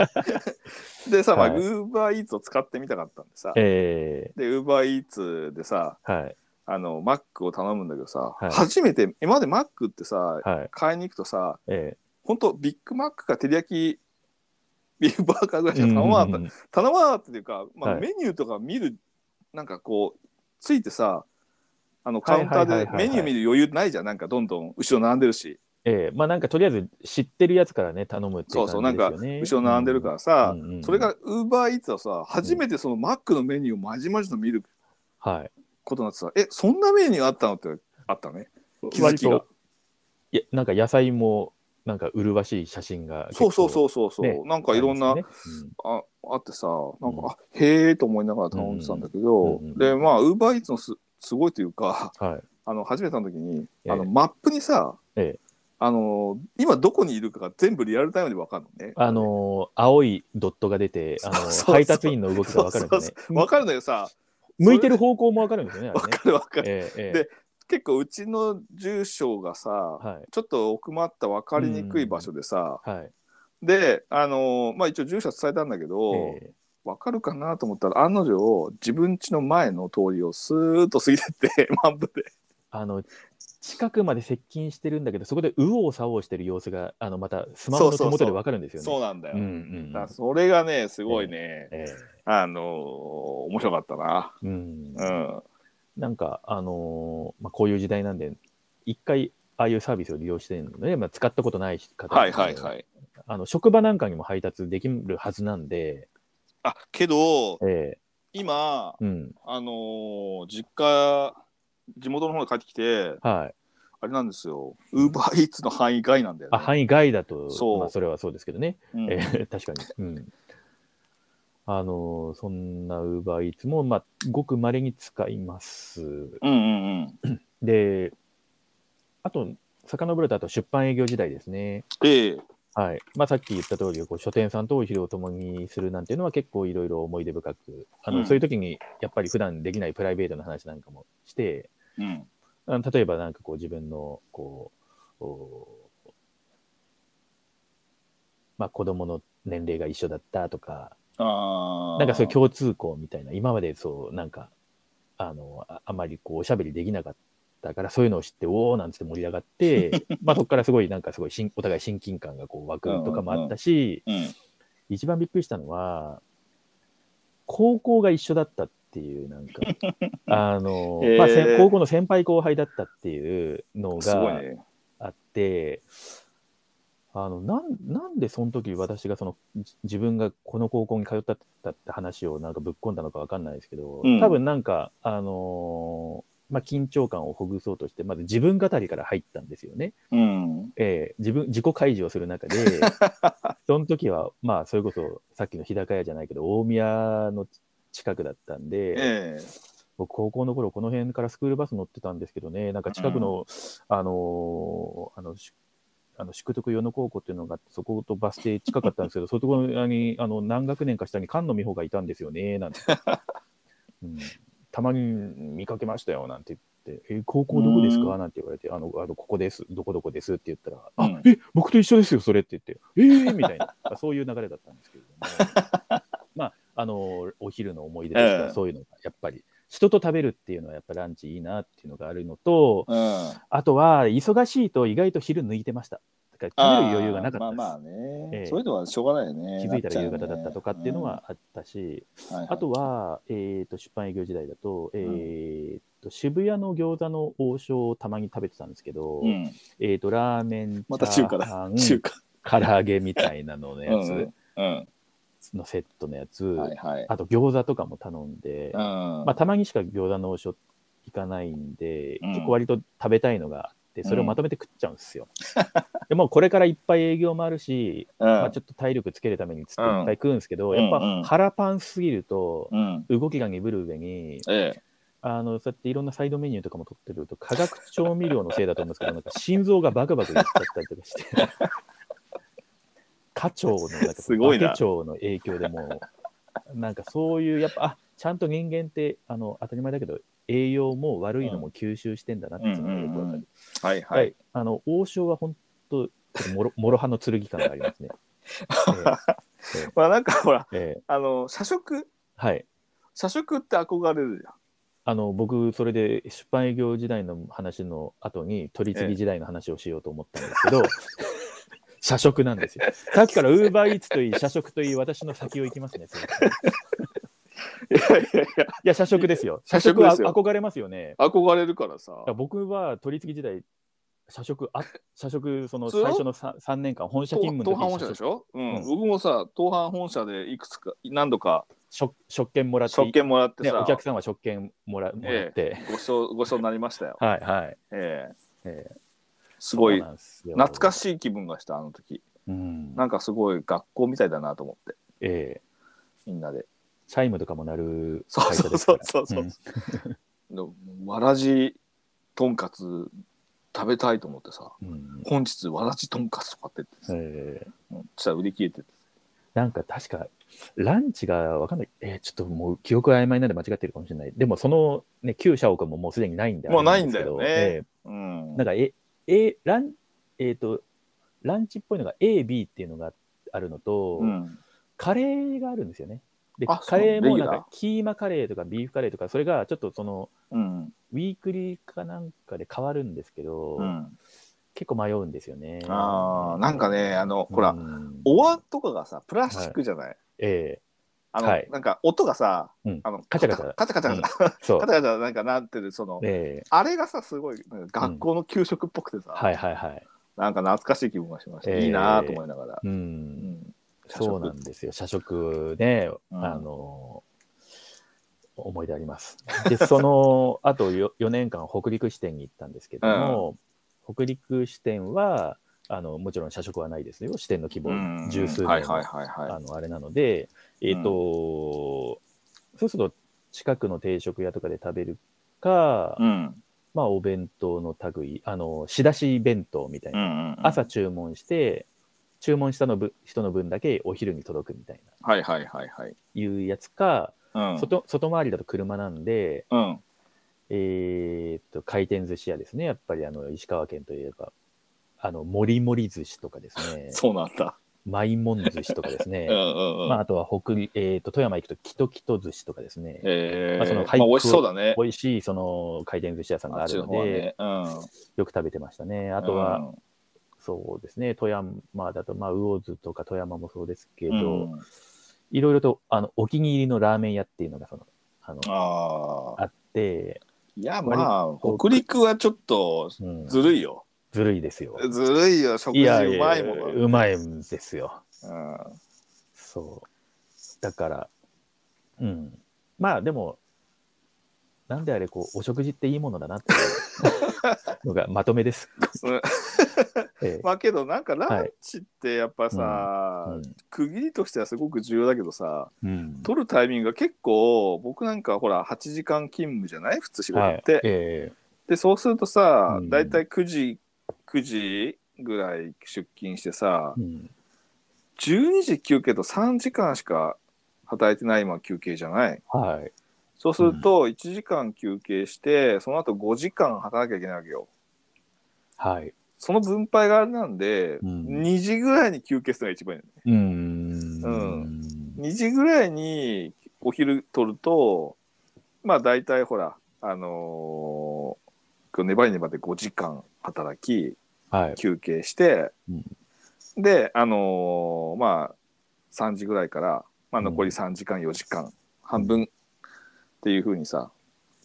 Speaker 1: でさ、まあ、
Speaker 2: はい
Speaker 1: ウーバーイーツを使ってみたかったんでさ、
Speaker 2: ええ
Speaker 1: で、ウーバーイーツでさ、
Speaker 2: はい、
Speaker 1: あの、マックを頼むんだけどさ、
Speaker 2: はい
Speaker 1: 初めて、今までマックってさ、
Speaker 2: はい、
Speaker 1: 買いに行くとさ、
Speaker 2: え
Speaker 1: ほんとビッグマックか照り焼きビーフバーガーぐらい
Speaker 2: え
Speaker 1: しか頼まなかった。
Speaker 2: うんうんうん
Speaker 1: 頼まなかったっていうか、まあ、
Speaker 2: はい
Speaker 1: メニューとか見る、なんかこう、ついてさ、あのカウンター
Speaker 2: はいはい
Speaker 1: で
Speaker 2: はいはいは
Speaker 1: メ
Speaker 2: い
Speaker 1: ニュー見る余裕ないじゃん、なんかどんどん後ろ並んでるし、
Speaker 2: ええまあなんかとりあえず知ってるやつからね、頼むってい
Speaker 1: そううそう、
Speaker 2: 感
Speaker 1: な
Speaker 2: じ
Speaker 1: ん
Speaker 2: ですよ
Speaker 1: か
Speaker 2: ね。
Speaker 1: 後ろ並んでるから
Speaker 2: う
Speaker 1: さ
Speaker 2: んうんうん、
Speaker 1: それがウーバーイーツはさ、初めてそのマックのメニューをまじまじと見る
Speaker 2: はい。
Speaker 1: ことになってさ、え、そんなメニューあったのってあったね。気づきが
Speaker 2: 割といやなんか野菜もなんか麗しい写真が
Speaker 1: そうそう
Speaker 2: う
Speaker 1: そうそうそう、
Speaker 2: ね
Speaker 1: なんかいろんな、ああってさなんか、あへえと思いながら頼んでたんだけど、
Speaker 2: うんうんうんうん
Speaker 1: でまあウーバーイーツのすすごいというか
Speaker 2: はい
Speaker 1: あの初めての時に、
Speaker 2: ええ
Speaker 1: あのマップにさ、
Speaker 2: ええ
Speaker 1: あの今どこにいるかが全部リアルタイムで分かるのね。
Speaker 2: あのー青いドットが出てあの
Speaker 1: そうそう
Speaker 2: ー
Speaker 1: そう
Speaker 2: 配達員の動きが分かるんです
Speaker 1: そう
Speaker 2: ね
Speaker 1: そう分かるんだけどさ
Speaker 2: 向いてる方向も分かるんですよねあ
Speaker 1: 分
Speaker 2: れね
Speaker 1: かる分かる、
Speaker 2: ええええ
Speaker 1: で結構うちの住所がさ、
Speaker 2: はい
Speaker 1: ちょっと奥まった分かりにくい場所でさ、
Speaker 2: はい
Speaker 1: であのまあ一応住所は伝えたんだけど、
Speaker 2: ええ
Speaker 1: わかるかなと思ったら案の定自分家の前の通りをスーッと過ぎてって マップで
Speaker 2: あの近くまで接近してるんだけどそこで右往左往してる様子があのまたスマホの手元で分かるんですよね
Speaker 1: そうなんだよ、
Speaker 2: うんうん
Speaker 1: だからそれがねすごいね、
Speaker 2: ええ
Speaker 1: あのー面白かったな
Speaker 2: うん
Speaker 1: うん
Speaker 2: なんか、あのーまあ、こういう時代なんで、一回、ああいうサービスを利用してるので、まあ、使ったことない方、
Speaker 1: はいはいはいい
Speaker 2: あの職場なんかにも配達できるはずなんで、
Speaker 1: あけど
Speaker 2: え
Speaker 1: 今
Speaker 2: えうん、
Speaker 1: あのー実家地元の方に帰ってきて
Speaker 2: はい。
Speaker 1: あれなんですよウーバーイーツの範囲外なんだよ、ね
Speaker 2: あ、範囲外だと、
Speaker 1: そう
Speaker 2: まあ、それはそうですけどね、
Speaker 1: うん
Speaker 2: ええ 確かに。うんあのーそんなウーバーイーツも、まあ、ごくまれに使います。
Speaker 1: うんうんうん
Speaker 2: で、あと、遡ると、あと出版営業時代ですね。
Speaker 1: ええ
Speaker 2: はいまあ、さっき言った通りこう書店さんとお昼を共にするなんていうのは結構いろいろ思い出深くあの、
Speaker 1: うん
Speaker 2: そういう時にやっぱり普段できないプライベートの話なんかもして
Speaker 1: うん
Speaker 2: あの例えばなんかこう自分のこうおーまあ、子供の年齢が一緒だったとか
Speaker 1: あー
Speaker 2: なんかそういう共通項みたいな今までそうなんかあのああまりこうおしゃべりできなかったからそういうのを知っておおなんつって盛り上がって まあそこからすごいなんかすごいしんお互い親近感がこう湧くとかもあったし。
Speaker 1: うん
Speaker 2: 一番びっくりしたのは、高校が一緒だったっっていう、な んか、あの、
Speaker 1: へー
Speaker 2: まあ、せん高校の先輩後輩だったっていうの
Speaker 1: すごい
Speaker 2: が
Speaker 1: ね。
Speaker 2: あって、あのなんなんでその時私がそのじ自分がこの高校に通ったって話をなんかぶっ込んだのかわかんないですけど、
Speaker 1: うん
Speaker 2: 多分なんか、あのーまあ、緊張感をほぐそうとしてまず自分語りから入ったんですよね。
Speaker 1: うん。
Speaker 2: ええ自分自己開示をする中で その時はまあそれこそさっきの日高屋じゃないけど大宮の近くだったん
Speaker 1: え
Speaker 2: で、
Speaker 1: え
Speaker 2: 僕高校の頃この辺からスクールバス乗ってたんですけどねなんか近くの、あのーあのしあの宿徳与野高校っていうのがあってそことバス停近かった んですけどそういうところにあの何学年か下に菅野美穂がいたんですよねなん て、うんたまに見かけましたよなんて言って「え高校どこです
Speaker 1: う
Speaker 2: か?」
Speaker 1: ん
Speaker 2: なんて言われて「あのあのここですどこどこです」って言ったら「
Speaker 1: う
Speaker 2: あ
Speaker 1: ん
Speaker 2: え僕と一緒ですよそれ」って言って「ええみた いなまあそういう流れだったんですけれどもまああのお昼の思い出ですから、
Speaker 1: ええ
Speaker 2: そういうのがやっぱり人と食べるっていうのはやっぱランチいいなっていうのがあるのと、
Speaker 1: うん。
Speaker 2: あとは忙しいと意外と昼抜いてました。だから食べる余裕がなかった
Speaker 1: あー
Speaker 2: です。
Speaker 1: まあまあね、
Speaker 2: ええ
Speaker 1: そういうのはしょうがないよね
Speaker 2: 気づいたら夕方だったとかっていうのは、あったし、
Speaker 1: なっちゃうねうんはいはい
Speaker 2: あとは、えー、と出版営業時代だと,、えー、と渋谷の餃子の王将をたまに食べてたんですけど、
Speaker 1: うん、
Speaker 2: えー、とラーメン
Speaker 1: また中華だ
Speaker 2: チャーハン
Speaker 1: 中華
Speaker 2: 唐揚げみたいなののや
Speaker 1: う
Speaker 2: つ
Speaker 1: んうん
Speaker 2: のセットのやつ、
Speaker 1: うん、はいはい、
Speaker 2: あと餃子とかも頼んで、
Speaker 1: うん
Speaker 2: まあ、たまにしか餃子の王将行かないんで、
Speaker 1: うん
Speaker 2: 結構割と食べたいのがあってそれをまとめて食っちゃうんですよ。 でもうこれからいっぱい営業もあるし、まあ、ちょっと体力つけるためにつっていっぱい食うんですけど、
Speaker 1: うん
Speaker 2: やっ
Speaker 1: うんうん
Speaker 2: ぱ腹パンすぎると
Speaker 1: うん
Speaker 2: 動きが鈍る上に
Speaker 1: ええ
Speaker 2: あのそうやっていろんなサイドメニューとかも取ってると化学調味料のせいだと思うんですけどなんか心臓がバクバクいっちゃったりとかして 課長のなんか
Speaker 1: すごいな
Speaker 2: 化け長の影響でもうなんかそういうやっぱあちゃんと人間ってあの当たり前だけど栄養も悪いのも吸収してんだなっていうのがよくわか
Speaker 1: う
Speaker 2: る、
Speaker 1: んうんうんはい
Speaker 2: は、
Speaker 1: はいい、
Speaker 2: あの王将は本当もろもろ刃の剣感があ りますね。
Speaker 1: まあなんかほら
Speaker 2: えーえー
Speaker 1: あの社食
Speaker 2: はい
Speaker 1: 社食って憧れるじゃん
Speaker 2: あの僕それで出版営業時代の話の後に取り次ぎ時代の話をしようと思ったんです けど、社食なんですよさっきからウーバーイーツといい社食といい私の先を行きますねすいません
Speaker 1: い
Speaker 2: い
Speaker 1: やいやいや
Speaker 2: や社食ですよ
Speaker 1: 社
Speaker 2: 社
Speaker 1: 食
Speaker 2: 食
Speaker 1: で
Speaker 2: は
Speaker 1: すよ
Speaker 2: 憧れますよね
Speaker 1: 憧れるからさ
Speaker 2: だから僕は取り次ぎ時代社食あ社食その
Speaker 1: そう
Speaker 2: 最初の 3, 三年間本社
Speaker 1: 東
Speaker 2: 勤務
Speaker 1: 東
Speaker 2: の
Speaker 1: 阪本社で
Speaker 2: 時に社
Speaker 1: しょ、うん
Speaker 2: うん
Speaker 1: 僕もさ東阪本社でいくつか何度か
Speaker 2: 食食券もらって
Speaker 1: 食券もらって
Speaker 2: ね、
Speaker 1: さ、
Speaker 2: お客さんは食券もらもらって、、
Speaker 1: ごちそうごちそうになりましたよ
Speaker 2: はいはい、
Speaker 1: ええ
Speaker 2: えー、
Speaker 1: すごい
Speaker 2: そうなんですよ
Speaker 1: 懐かしい気分がしたあの時
Speaker 2: うん
Speaker 1: なんかすごい学校みたいだなと思って
Speaker 2: え
Speaker 1: みんなで
Speaker 2: ーチャイムとかも鳴る
Speaker 1: そう
Speaker 2: 会
Speaker 1: そ
Speaker 2: 社
Speaker 1: う
Speaker 2: です
Speaker 1: そ
Speaker 2: か
Speaker 1: う
Speaker 2: ら
Speaker 1: そうそう
Speaker 2: うん
Speaker 1: のわらじとんかつ食べたいと思ってさ
Speaker 2: うん
Speaker 1: 本日わらじとんかつとかって言って
Speaker 2: えー
Speaker 1: うんそしたら売り切れてて
Speaker 2: なんか確かランチがわかんない、えーちょっともう記憶曖昧なんで間違ってるかもしれないでもその、ね、旧社屋ももうすでにないんで
Speaker 1: もう
Speaker 2: あれ
Speaker 1: ないんだよね
Speaker 2: え
Speaker 1: うん
Speaker 2: ーなんかええランえっ、とランチっぽいのが AB っていうのがあるのと、
Speaker 1: うん
Speaker 2: カレーがあるんですよねで
Speaker 1: あ
Speaker 2: カレー
Speaker 1: そう
Speaker 2: も
Speaker 1: レギ
Speaker 2: な
Speaker 1: ュ
Speaker 2: ん
Speaker 1: ラー
Speaker 2: かキーマカレーとかビーフカレーとかそれがちょっとその
Speaker 1: うん
Speaker 2: ウィークリーかなんかで変わるんですけど、
Speaker 1: うん
Speaker 2: 結構迷うんですよね。
Speaker 1: あーなんかねあのほら
Speaker 2: うん
Speaker 1: お椀とかがさプラスチックじゃない、
Speaker 2: え
Speaker 1: あの、
Speaker 2: はい
Speaker 1: なんか音がさ、
Speaker 2: うん
Speaker 1: あの
Speaker 2: カチャカチャ
Speaker 1: カチャカチャカチャカチャ
Speaker 2: えそう
Speaker 1: カチ。ャカチャなんかなんていうその、
Speaker 2: ええ
Speaker 1: あれがさすごいなんか学校の給食っぽくてさ、
Speaker 2: はいはいはい。
Speaker 1: なんか懐かしい気分がしました、
Speaker 2: ええ
Speaker 1: いいなと思いながら、
Speaker 2: う。
Speaker 1: うんん、社食
Speaker 2: そうなんですよ。社食ね、
Speaker 1: うん
Speaker 2: あの、思い出あります。で、その、あと 4, 4年間北陸支店に行ったんですけども、北陸支店は、あの、もちろん社食はないですよ。支店の規模、
Speaker 1: うん
Speaker 2: 十数
Speaker 1: はい
Speaker 2: 年の
Speaker 1: はいはいは
Speaker 2: あ
Speaker 1: い
Speaker 2: のあれなので、えっ、と、そうすると近くの定食屋とかで食べるか、
Speaker 1: うん
Speaker 2: まあお弁当の類、あの、仕出し弁当みたい
Speaker 1: うんう
Speaker 2: な。
Speaker 1: んうん
Speaker 2: 朝注文して、注文したの分人の分だけお昼に届くみたいな、
Speaker 1: はいはいはいはい
Speaker 2: いうやつか、
Speaker 1: うん
Speaker 2: 外外回りだと車なんで、
Speaker 1: うん
Speaker 2: えっと、回転寿司屋ですね。やっぱりあの、石川県といえば。あの、もりもり寿司とかですね。
Speaker 1: そうなんだ
Speaker 2: マイモン寿司とかですね。
Speaker 1: うん うんうん
Speaker 2: まあ、あとは北陸、えー、と富山行くとキトキト寿司とかですね、
Speaker 1: え
Speaker 2: まあその
Speaker 1: ーまあ美味しそうだね
Speaker 2: 美味しいその回転寿司屋さんが
Speaker 1: あ
Speaker 2: あ
Speaker 1: っち
Speaker 2: る
Speaker 1: の
Speaker 2: の
Speaker 1: 方は
Speaker 2: で、
Speaker 1: ねうん
Speaker 2: よく食べてましたね。あ
Speaker 1: あ
Speaker 2: とは、そうですね、富山だと、まあ、魚津とか富山もそうですけど、いろいろとあのお気に入りのラーメン屋っていうのがそのあの
Speaker 1: ああ。
Speaker 2: あって、
Speaker 1: いや、まあ、北陸はちょっと
Speaker 2: うん
Speaker 1: ずるいよ。
Speaker 2: ずるいですよ。
Speaker 1: ずるいよ、食
Speaker 2: い
Speaker 1: 事
Speaker 2: や
Speaker 1: うまいも
Speaker 2: や
Speaker 1: の。
Speaker 2: うまいんですよ。
Speaker 1: うん
Speaker 2: そう。だから、うん。まあでも、なんであれ、こう、お食事っていいものだなっ ていうのがまとめです。
Speaker 1: そう
Speaker 2: ええ
Speaker 1: まあけどなんかランチってやっぱさ、
Speaker 2: う
Speaker 1: 区切りとしてはすごく重要だけどさ
Speaker 2: んうん
Speaker 1: 取るタイミングが結構僕なんかほら8時間勤務じゃない普通仕事
Speaker 2: は
Speaker 1: っ
Speaker 2: い
Speaker 1: て、
Speaker 2: え
Speaker 1: でそうするとさ
Speaker 2: うん
Speaker 1: 大体9時9時ぐらい出勤してさ
Speaker 2: えうん
Speaker 1: 12時休憩と3時間しか働いてない今休憩じゃない
Speaker 2: はい。
Speaker 1: そうすると1時間休憩してその後5時間働かなきゃいけないわけよ
Speaker 2: はい。
Speaker 1: その分配があれなんで、
Speaker 2: うん
Speaker 1: 2時ぐらいに休憩するのが一番いいのね
Speaker 2: うーん。
Speaker 1: うん2時ぐらいにお昼取るとまあ大体ほらあのーこう粘り粘って5時間働き
Speaker 2: はい。
Speaker 1: 休憩して、
Speaker 2: うん
Speaker 1: であのーまあ3時ぐらいから、まあ、残り3時間4時間、半分っていう風にさ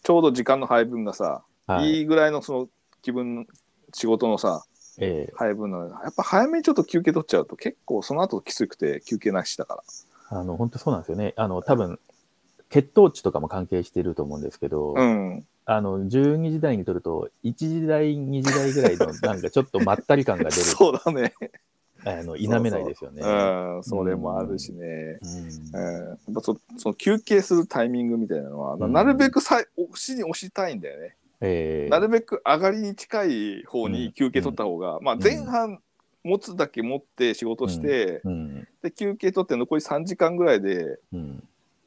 Speaker 1: ちょうど時間の配分がさ、、
Speaker 2: はいい。
Speaker 1: いぐらいのその気分仕事のさ
Speaker 2: ええ
Speaker 1: 配分なのやっぱ早めにちょっと休憩取っちゃうと結構その後きつくて休憩なしだから。
Speaker 2: あの、本当そうなんですよね。あの、多分、血糖値とかも関係していると思うんですけど、
Speaker 1: うん
Speaker 2: あの、12時台にとると、1時台、2時台ぐらい の、なんかちょっとまったり感が出る、
Speaker 1: そうだね。
Speaker 2: あの、否めないですよね。
Speaker 1: うん、それもあるしね。うん、
Speaker 2: う
Speaker 1: やっぱそその休憩するタイミングみたいなのは、ななるべくさい押しに押したいんだよね。
Speaker 2: え
Speaker 1: なるべく上がりに近い方に休憩取った方が、まあ
Speaker 2: ん
Speaker 1: 前半持つだけ持って仕事して、
Speaker 2: うん
Speaker 1: で休憩取って残り3時間ぐらいで
Speaker 2: うん、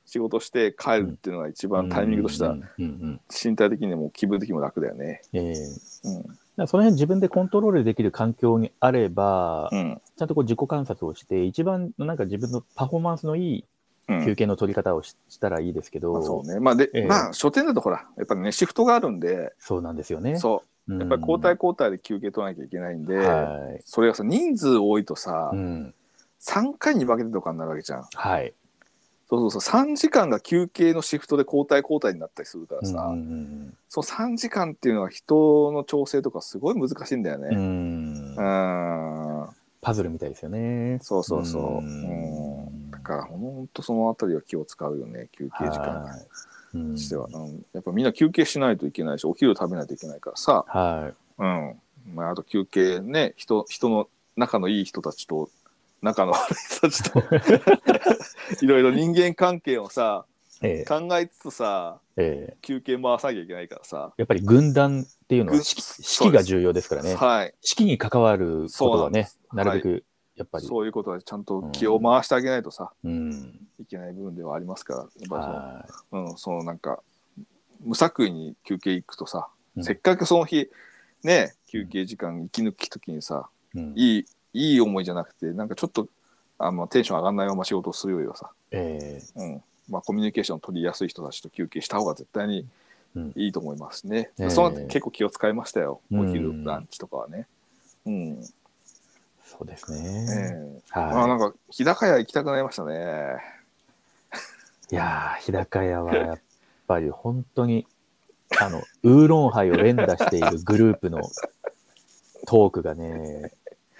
Speaker 1: 仕事して帰るっていうのが一番タイミングとして
Speaker 2: う
Speaker 1: は
Speaker 2: んうんうん
Speaker 1: 身体的にも気分的にも楽だよね。
Speaker 2: ええ
Speaker 1: うん
Speaker 2: だからその辺自分でコントロールできる環境にあれば、
Speaker 1: うん
Speaker 2: ちゃんとこう自己観察をして、一番なんか自分のパフォーマンスのい
Speaker 1: うん
Speaker 2: い休憩の取り方をししたらいいですけど、
Speaker 1: まあ、そうね。まあで、
Speaker 2: ええ
Speaker 1: まあ書店だとほらやっぱりねシフトがあるんで、
Speaker 2: そうなんですよね。
Speaker 1: そう
Speaker 2: うん
Speaker 1: やっぱり交代交代で休憩取らなきゃいけないんで、
Speaker 2: はい。
Speaker 1: それがさ人数多いとさ、
Speaker 2: うん。
Speaker 1: 3回に分けてとかになるわけじゃん
Speaker 2: はい。
Speaker 1: そうそうそう3時間が休憩のシフトで交代交代になったりするからさ、
Speaker 2: うんうん
Speaker 1: その3時間っていうのは人の調整とかすごい難しいんだよ
Speaker 2: うんう
Speaker 1: ね
Speaker 2: ん
Speaker 1: う。ん
Speaker 2: パズルみたいですよね。
Speaker 1: そうそうそう
Speaker 2: うん
Speaker 1: うんだからほんとそのあたりは気を使うよね休憩時間
Speaker 2: はいうん
Speaker 1: にしては、うん、やっぱみんな休憩しないといけないしお昼食べないといけないからさ、
Speaker 2: はい。
Speaker 1: うん。まあ、あと休憩ね、人、人の仲のいい人たちと、仲の悪い人たちと、 いろいろ人間関係をさ、
Speaker 2: ええ
Speaker 1: 考えつつさ、
Speaker 2: ええ
Speaker 1: 休憩回さなきゃいけないからさ。
Speaker 2: やっぱり軍団っていうの
Speaker 1: 軍
Speaker 2: は指揮
Speaker 1: そうです
Speaker 2: 指揮が重要ですからね。
Speaker 1: はい。
Speaker 2: 指揮に関わることはね、
Speaker 1: そう
Speaker 2: な
Speaker 1: なん
Speaker 2: る
Speaker 1: で
Speaker 2: べ
Speaker 1: す
Speaker 2: くやっぱり、
Speaker 1: そういうことはちゃんと気を回してあげないとさ、
Speaker 2: うん、
Speaker 1: いけない部分ではありますから、やっぱ
Speaker 2: は
Speaker 1: その、うん、そのなんか、無作為に休憩行くとさ、
Speaker 2: うん
Speaker 1: せっかくその日、ね、休憩時間息抜き時にさ、
Speaker 2: い、うん
Speaker 1: いい、いい思いじゃなくて、なんかちょっと、あの、テンション上がんないまま仕事をするよりはさ、
Speaker 2: ええ
Speaker 1: うん。まあ、コミュニケーション取りやすい人たちと休憩した方が絶対に
Speaker 2: うん
Speaker 1: いいと思いますね。
Speaker 2: ええ
Speaker 1: その後結構気を使いましたよ。お
Speaker 2: う
Speaker 1: 昼、
Speaker 2: ん
Speaker 1: ランチとかはね。うん。え
Speaker 2: そうですね。
Speaker 1: えあ、な
Speaker 2: は
Speaker 1: んか、日高屋行きたくなりましたね。
Speaker 2: い。いやー、日高屋はやっぱり本当に、あの、ウーロンハイを連打しているグループのトークがね、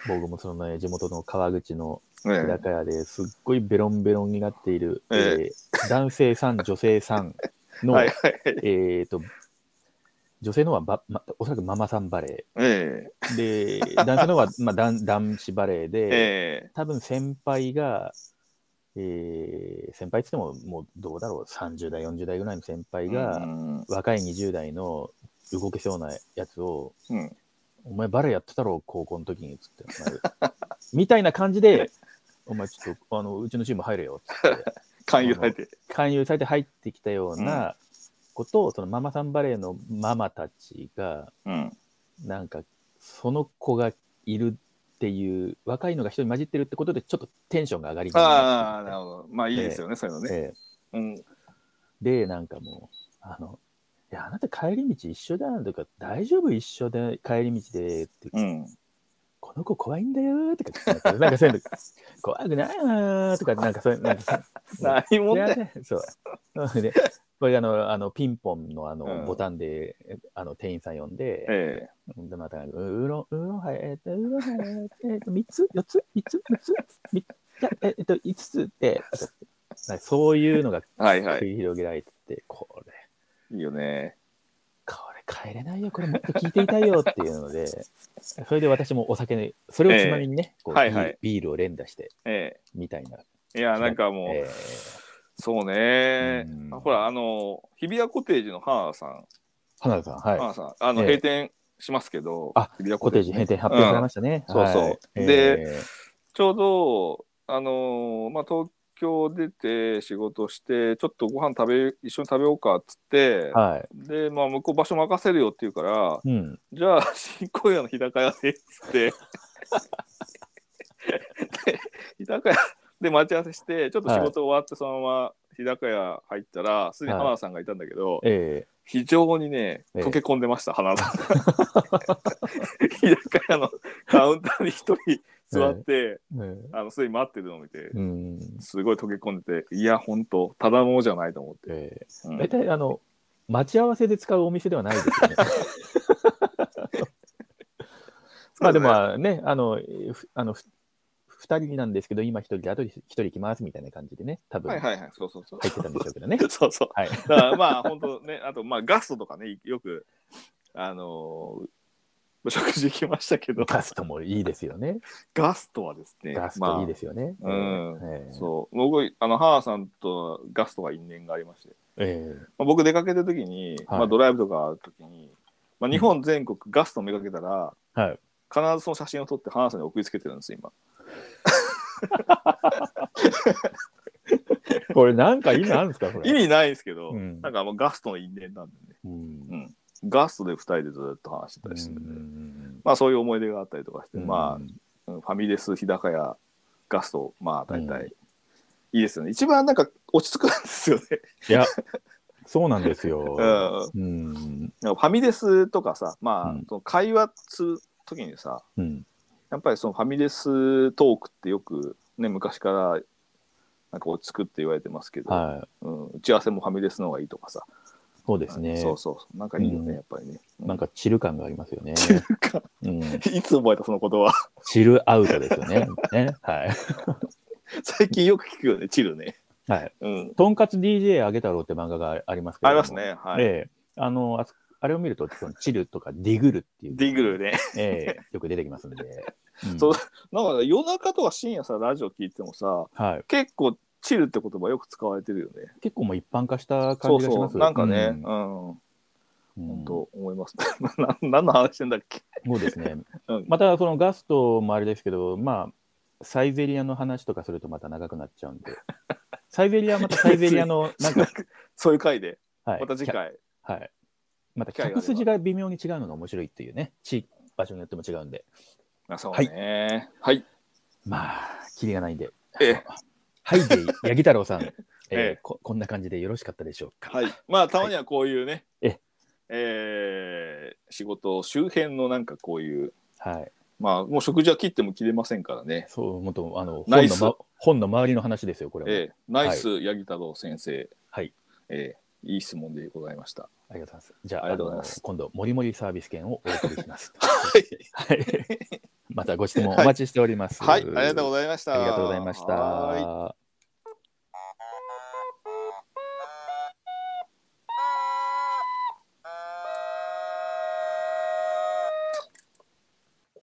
Speaker 2: 僕もそのね、地元の川口の
Speaker 1: え
Speaker 2: 日
Speaker 1: え
Speaker 2: 高屋ですっごいベロンベロンになっている、え
Speaker 1: え
Speaker 2: ー男性さん、女性さんの、
Speaker 1: はいはい。え
Speaker 2: えっと、女性のはば、ま、おそらくママさんバレー、
Speaker 1: え
Speaker 2: で、 男性の方は、まあ、男男子バレー
Speaker 1: え
Speaker 2: で、
Speaker 1: え
Speaker 2: 多分先輩が、えー先輩っつっても、もうどうだろう、30代、40代ぐらいの先輩
Speaker 1: えう
Speaker 2: が、
Speaker 1: ん
Speaker 2: 若い20代の動けそうなやつを、
Speaker 1: うん。
Speaker 2: お前バレーやってたろ、高校の時に、つって、お前みたいな感じで、お前ちょっと、あの、うちのチーム入れよ、つって、
Speaker 1: 勧誘されて。
Speaker 2: 勧誘されて入ってきたようなことを、そのママさんバレーのママたちが、
Speaker 1: うん。
Speaker 2: なんかその子がいるっていう若いのが一人混じってるってことでちょっとテンションが上がり気味に
Speaker 1: ああ、なる
Speaker 2: なっ
Speaker 1: ほど。まあ、いいですよね、そういうの
Speaker 2: てきて
Speaker 1: ね。うん。
Speaker 2: でなんかもうあの「いやあなた帰り道一緒だ」とか「大丈夫一緒で帰り道で」って、
Speaker 1: うん。
Speaker 2: この子怖いんだよ」とか言ってなんかそういう の「怖くないわ」とかなんかそういうなんかそう
Speaker 1: 何もね。
Speaker 2: そう。で これあの、あのピンポンのあの、
Speaker 1: うん
Speaker 2: ボタンで、あの店員さん呼んで、
Speaker 1: ええ
Speaker 2: でまたううろうろはえっとうろはえっと三つ四つ三つ六つ三ついやえっと五つってなんかそういうのが
Speaker 1: はいは
Speaker 2: 繰
Speaker 1: い。
Speaker 2: り広げられてて、これ
Speaker 1: いいよね。
Speaker 2: これ帰れないよこれもっと聞いていたいよっていうので それで私もお酒にそれをつまみにね、こう
Speaker 1: はいはい
Speaker 2: ビールを連打して
Speaker 1: え
Speaker 2: みたいな、
Speaker 1: えいや、なんかもう、
Speaker 2: え
Speaker 1: そうね
Speaker 2: うん。
Speaker 1: ほら、あの、日比谷コテージの花田さん、
Speaker 2: ー、花田さんはい、
Speaker 1: 花田さん、あの、
Speaker 2: ええ
Speaker 1: 閉店しますけど、
Speaker 2: あ
Speaker 1: 日比谷
Speaker 2: コテージ
Speaker 1: ね
Speaker 2: 閉店発表されましたね、
Speaker 1: うんそうそう
Speaker 2: はい
Speaker 1: で
Speaker 2: え
Speaker 1: ちょうど、あのーまあ、東京出て仕事して、ちょっとご飯食べ、一緒に食べようかっつって
Speaker 2: ー、はい
Speaker 1: で、まあ、向こう場所任せるよって言うから、
Speaker 2: うん
Speaker 1: じゃあ、 新小屋の日高屋でっつって、で日高屋で待ち合わせして、ちょっと仕事終わって、そのまま日高屋入ったら、すでに花田さんがいたんだけど、
Speaker 2: え
Speaker 1: 非常にね、
Speaker 2: ええ
Speaker 1: 溶け込んでました、 花田さん。日高屋のカウンターに一人座って、
Speaker 2: ーうん
Speaker 1: あのすでに待ってるのを見て、
Speaker 2: うん
Speaker 1: すごい溶け込んでて、いや、ほんと、ただものじゃないと思って。
Speaker 2: えー
Speaker 1: うん
Speaker 2: 大体あの待ち合わせで使うお店ではないです よね。まあでもまあねあのふあのふ二人なんですけど今一人であと一人来ますみたいな感じでね多分
Speaker 1: は
Speaker 2: 入
Speaker 1: いはいはい、そうそうそう。
Speaker 2: ってたんでしょうけどね。
Speaker 1: そうそう。
Speaker 2: はい。
Speaker 1: だからまあ、本当ね、あと、まあ、ガストとかね、よく、あのー食事行きましたけど、
Speaker 2: ガストもいいですよね。
Speaker 1: ガストはですね、
Speaker 2: ガス
Speaker 1: まあ
Speaker 2: トいいですよね。
Speaker 1: うん
Speaker 2: ええ
Speaker 1: そう僕あの母さんとガストが因縁がありまして、
Speaker 2: ええ
Speaker 1: まあ、僕出かけた時に、
Speaker 2: はい
Speaker 1: まあ、ドライブとかある時に、まあ、日本全国ガストめがけたら、
Speaker 2: はい
Speaker 1: 必ずその写真を撮って母さんに送りつけてるんです今
Speaker 2: これなんか意味あるんですかこれ。
Speaker 1: 意味ないんですけど、
Speaker 2: うん
Speaker 1: なんかもうガストの因縁なんでね
Speaker 2: うん
Speaker 1: ガストで2人でずっと話してたりして、
Speaker 2: うん
Speaker 1: まあそういう思い出があったりとかして、ま
Speaker 2: うん
Speaker 1: あうんファミレス日高屋ガストまあ大体、いいですよね一番なんか落ち着くんですよね、
Speaker 2: いやそうなんですよ。
Speaker 1: うん、
Speaker 2: うん
Speaker 1: なんかファミレスとかさまあ、
Speaker 2: うん
Speaker 1: その会話する時にさ
Speaker 2: うん
Speaker 1: やっぱりそのファミレストークってよくね昔からなんか落ち着くって言われてますけど、
Speaker 2: は
Speaker 1: うん、打ち合わせもファミレスの方がいいとかさ
Speaker 2: いそうですね。
Speaker 1: そうそうそうなんかいいよね、
Speaker 2: うん
Speaker 1: やっぱりね、う
Speaker 2: なんかチル感がありますよね。
Speaker 1: か
Speaker 2: う
Speaker 1: い
Speaker 2: ん
Speaker 1: つ覚えたその言葉
Speaker 2: チルアウトですよね。 ねはい。
Speaker 1: 最近よく聞くよねチルね
Speaker 2: はい。
Speaker 1: うん
Speaker 2: とんかつ DJ あげ太郎って漫画がありますけども
Speaker 1: あります。ねはい、
Speaker 2: ええあの、あそあれを見ると、そのチルとかディグルっていう。
Speaker 1: ディグルね
Speaker 2: ええよく出てきますんで。うん
Speaker 1: そうなんかね夜中とか深夜さラジオ聞いてもさ
Speaker 2: はい。
Speaker 1: 結構チルって言葉よく使われてるよね。
Speaker 2: 結構もう一般化した
Speaker 1: そ
Speaker 2: 感
Speaker 1: う
Speaker 2: じがし
Speaker 1: そ
Speaker 2: ます。
Speaker 1: うなんかね、うん、
Speaker 2: うん
Speaker 1: 本当思います。 な何の話してんだっけ？
Speaker 2: そうで すね
Speaker 1: うん。
Speaker 2: また、そのガストもあれですけど、まあ、サイゼリアの話とかするとまた長くなっち ゃうんで。サイゼリアはまたサイゼリアの、なんか、
Speaker 1: そういう回で、
Speaker 2: はい
Speaker 1: また次回。
Speaker 2: はい。また
Speaker 1: 機会があれば
Speaker 2: 客筋が微妙に違うのが面白いっていうね、地域場所によっても違うんで、
Speaker 1: あそうね。はい。
Speaker 2: まあ、キリがないんで。
Speaker 1: ええ
Speaker 2: はい、 で、八木太郎さん、えー
Speaker 1: ええ
Speaker 2: こ、こんな感じでよろしかったでしょうか。
Speaker 1: はい。まあたまにはこういうね、
Speaker 2: え
Speaker 1: えー仕事周辺のなんかこういう
Speaker 2: はい。
Speaker 1: まあもう食事は切っても切れませんからね。
Speaker 2: そう、もっと、あの、
Speaker 1: ナ
Speaker 2: 本
Speaker 1: イ
Speaker 2: の、
Speaker 1: ス
Speaker 2: ま、本の周りの話ですよ、これは。
Speaker 1: ええナイス八木太郎先生。
Speaker 2: はい。
Speaker 1: ええいい質問でございました。
Speaker 2: ありがとうございます。じゃあ、
Speaker 1: ありがとうございます
Speaker 2: あの今度、もりもりサービス券をお送りします。
Speaker 1: はい。
Speaker 2: はい。またご質問お待ちしております。
Speaker 1: はい。ありがとうございました。
Speaker 2: ありがとうございました。
Speaker 1: はーい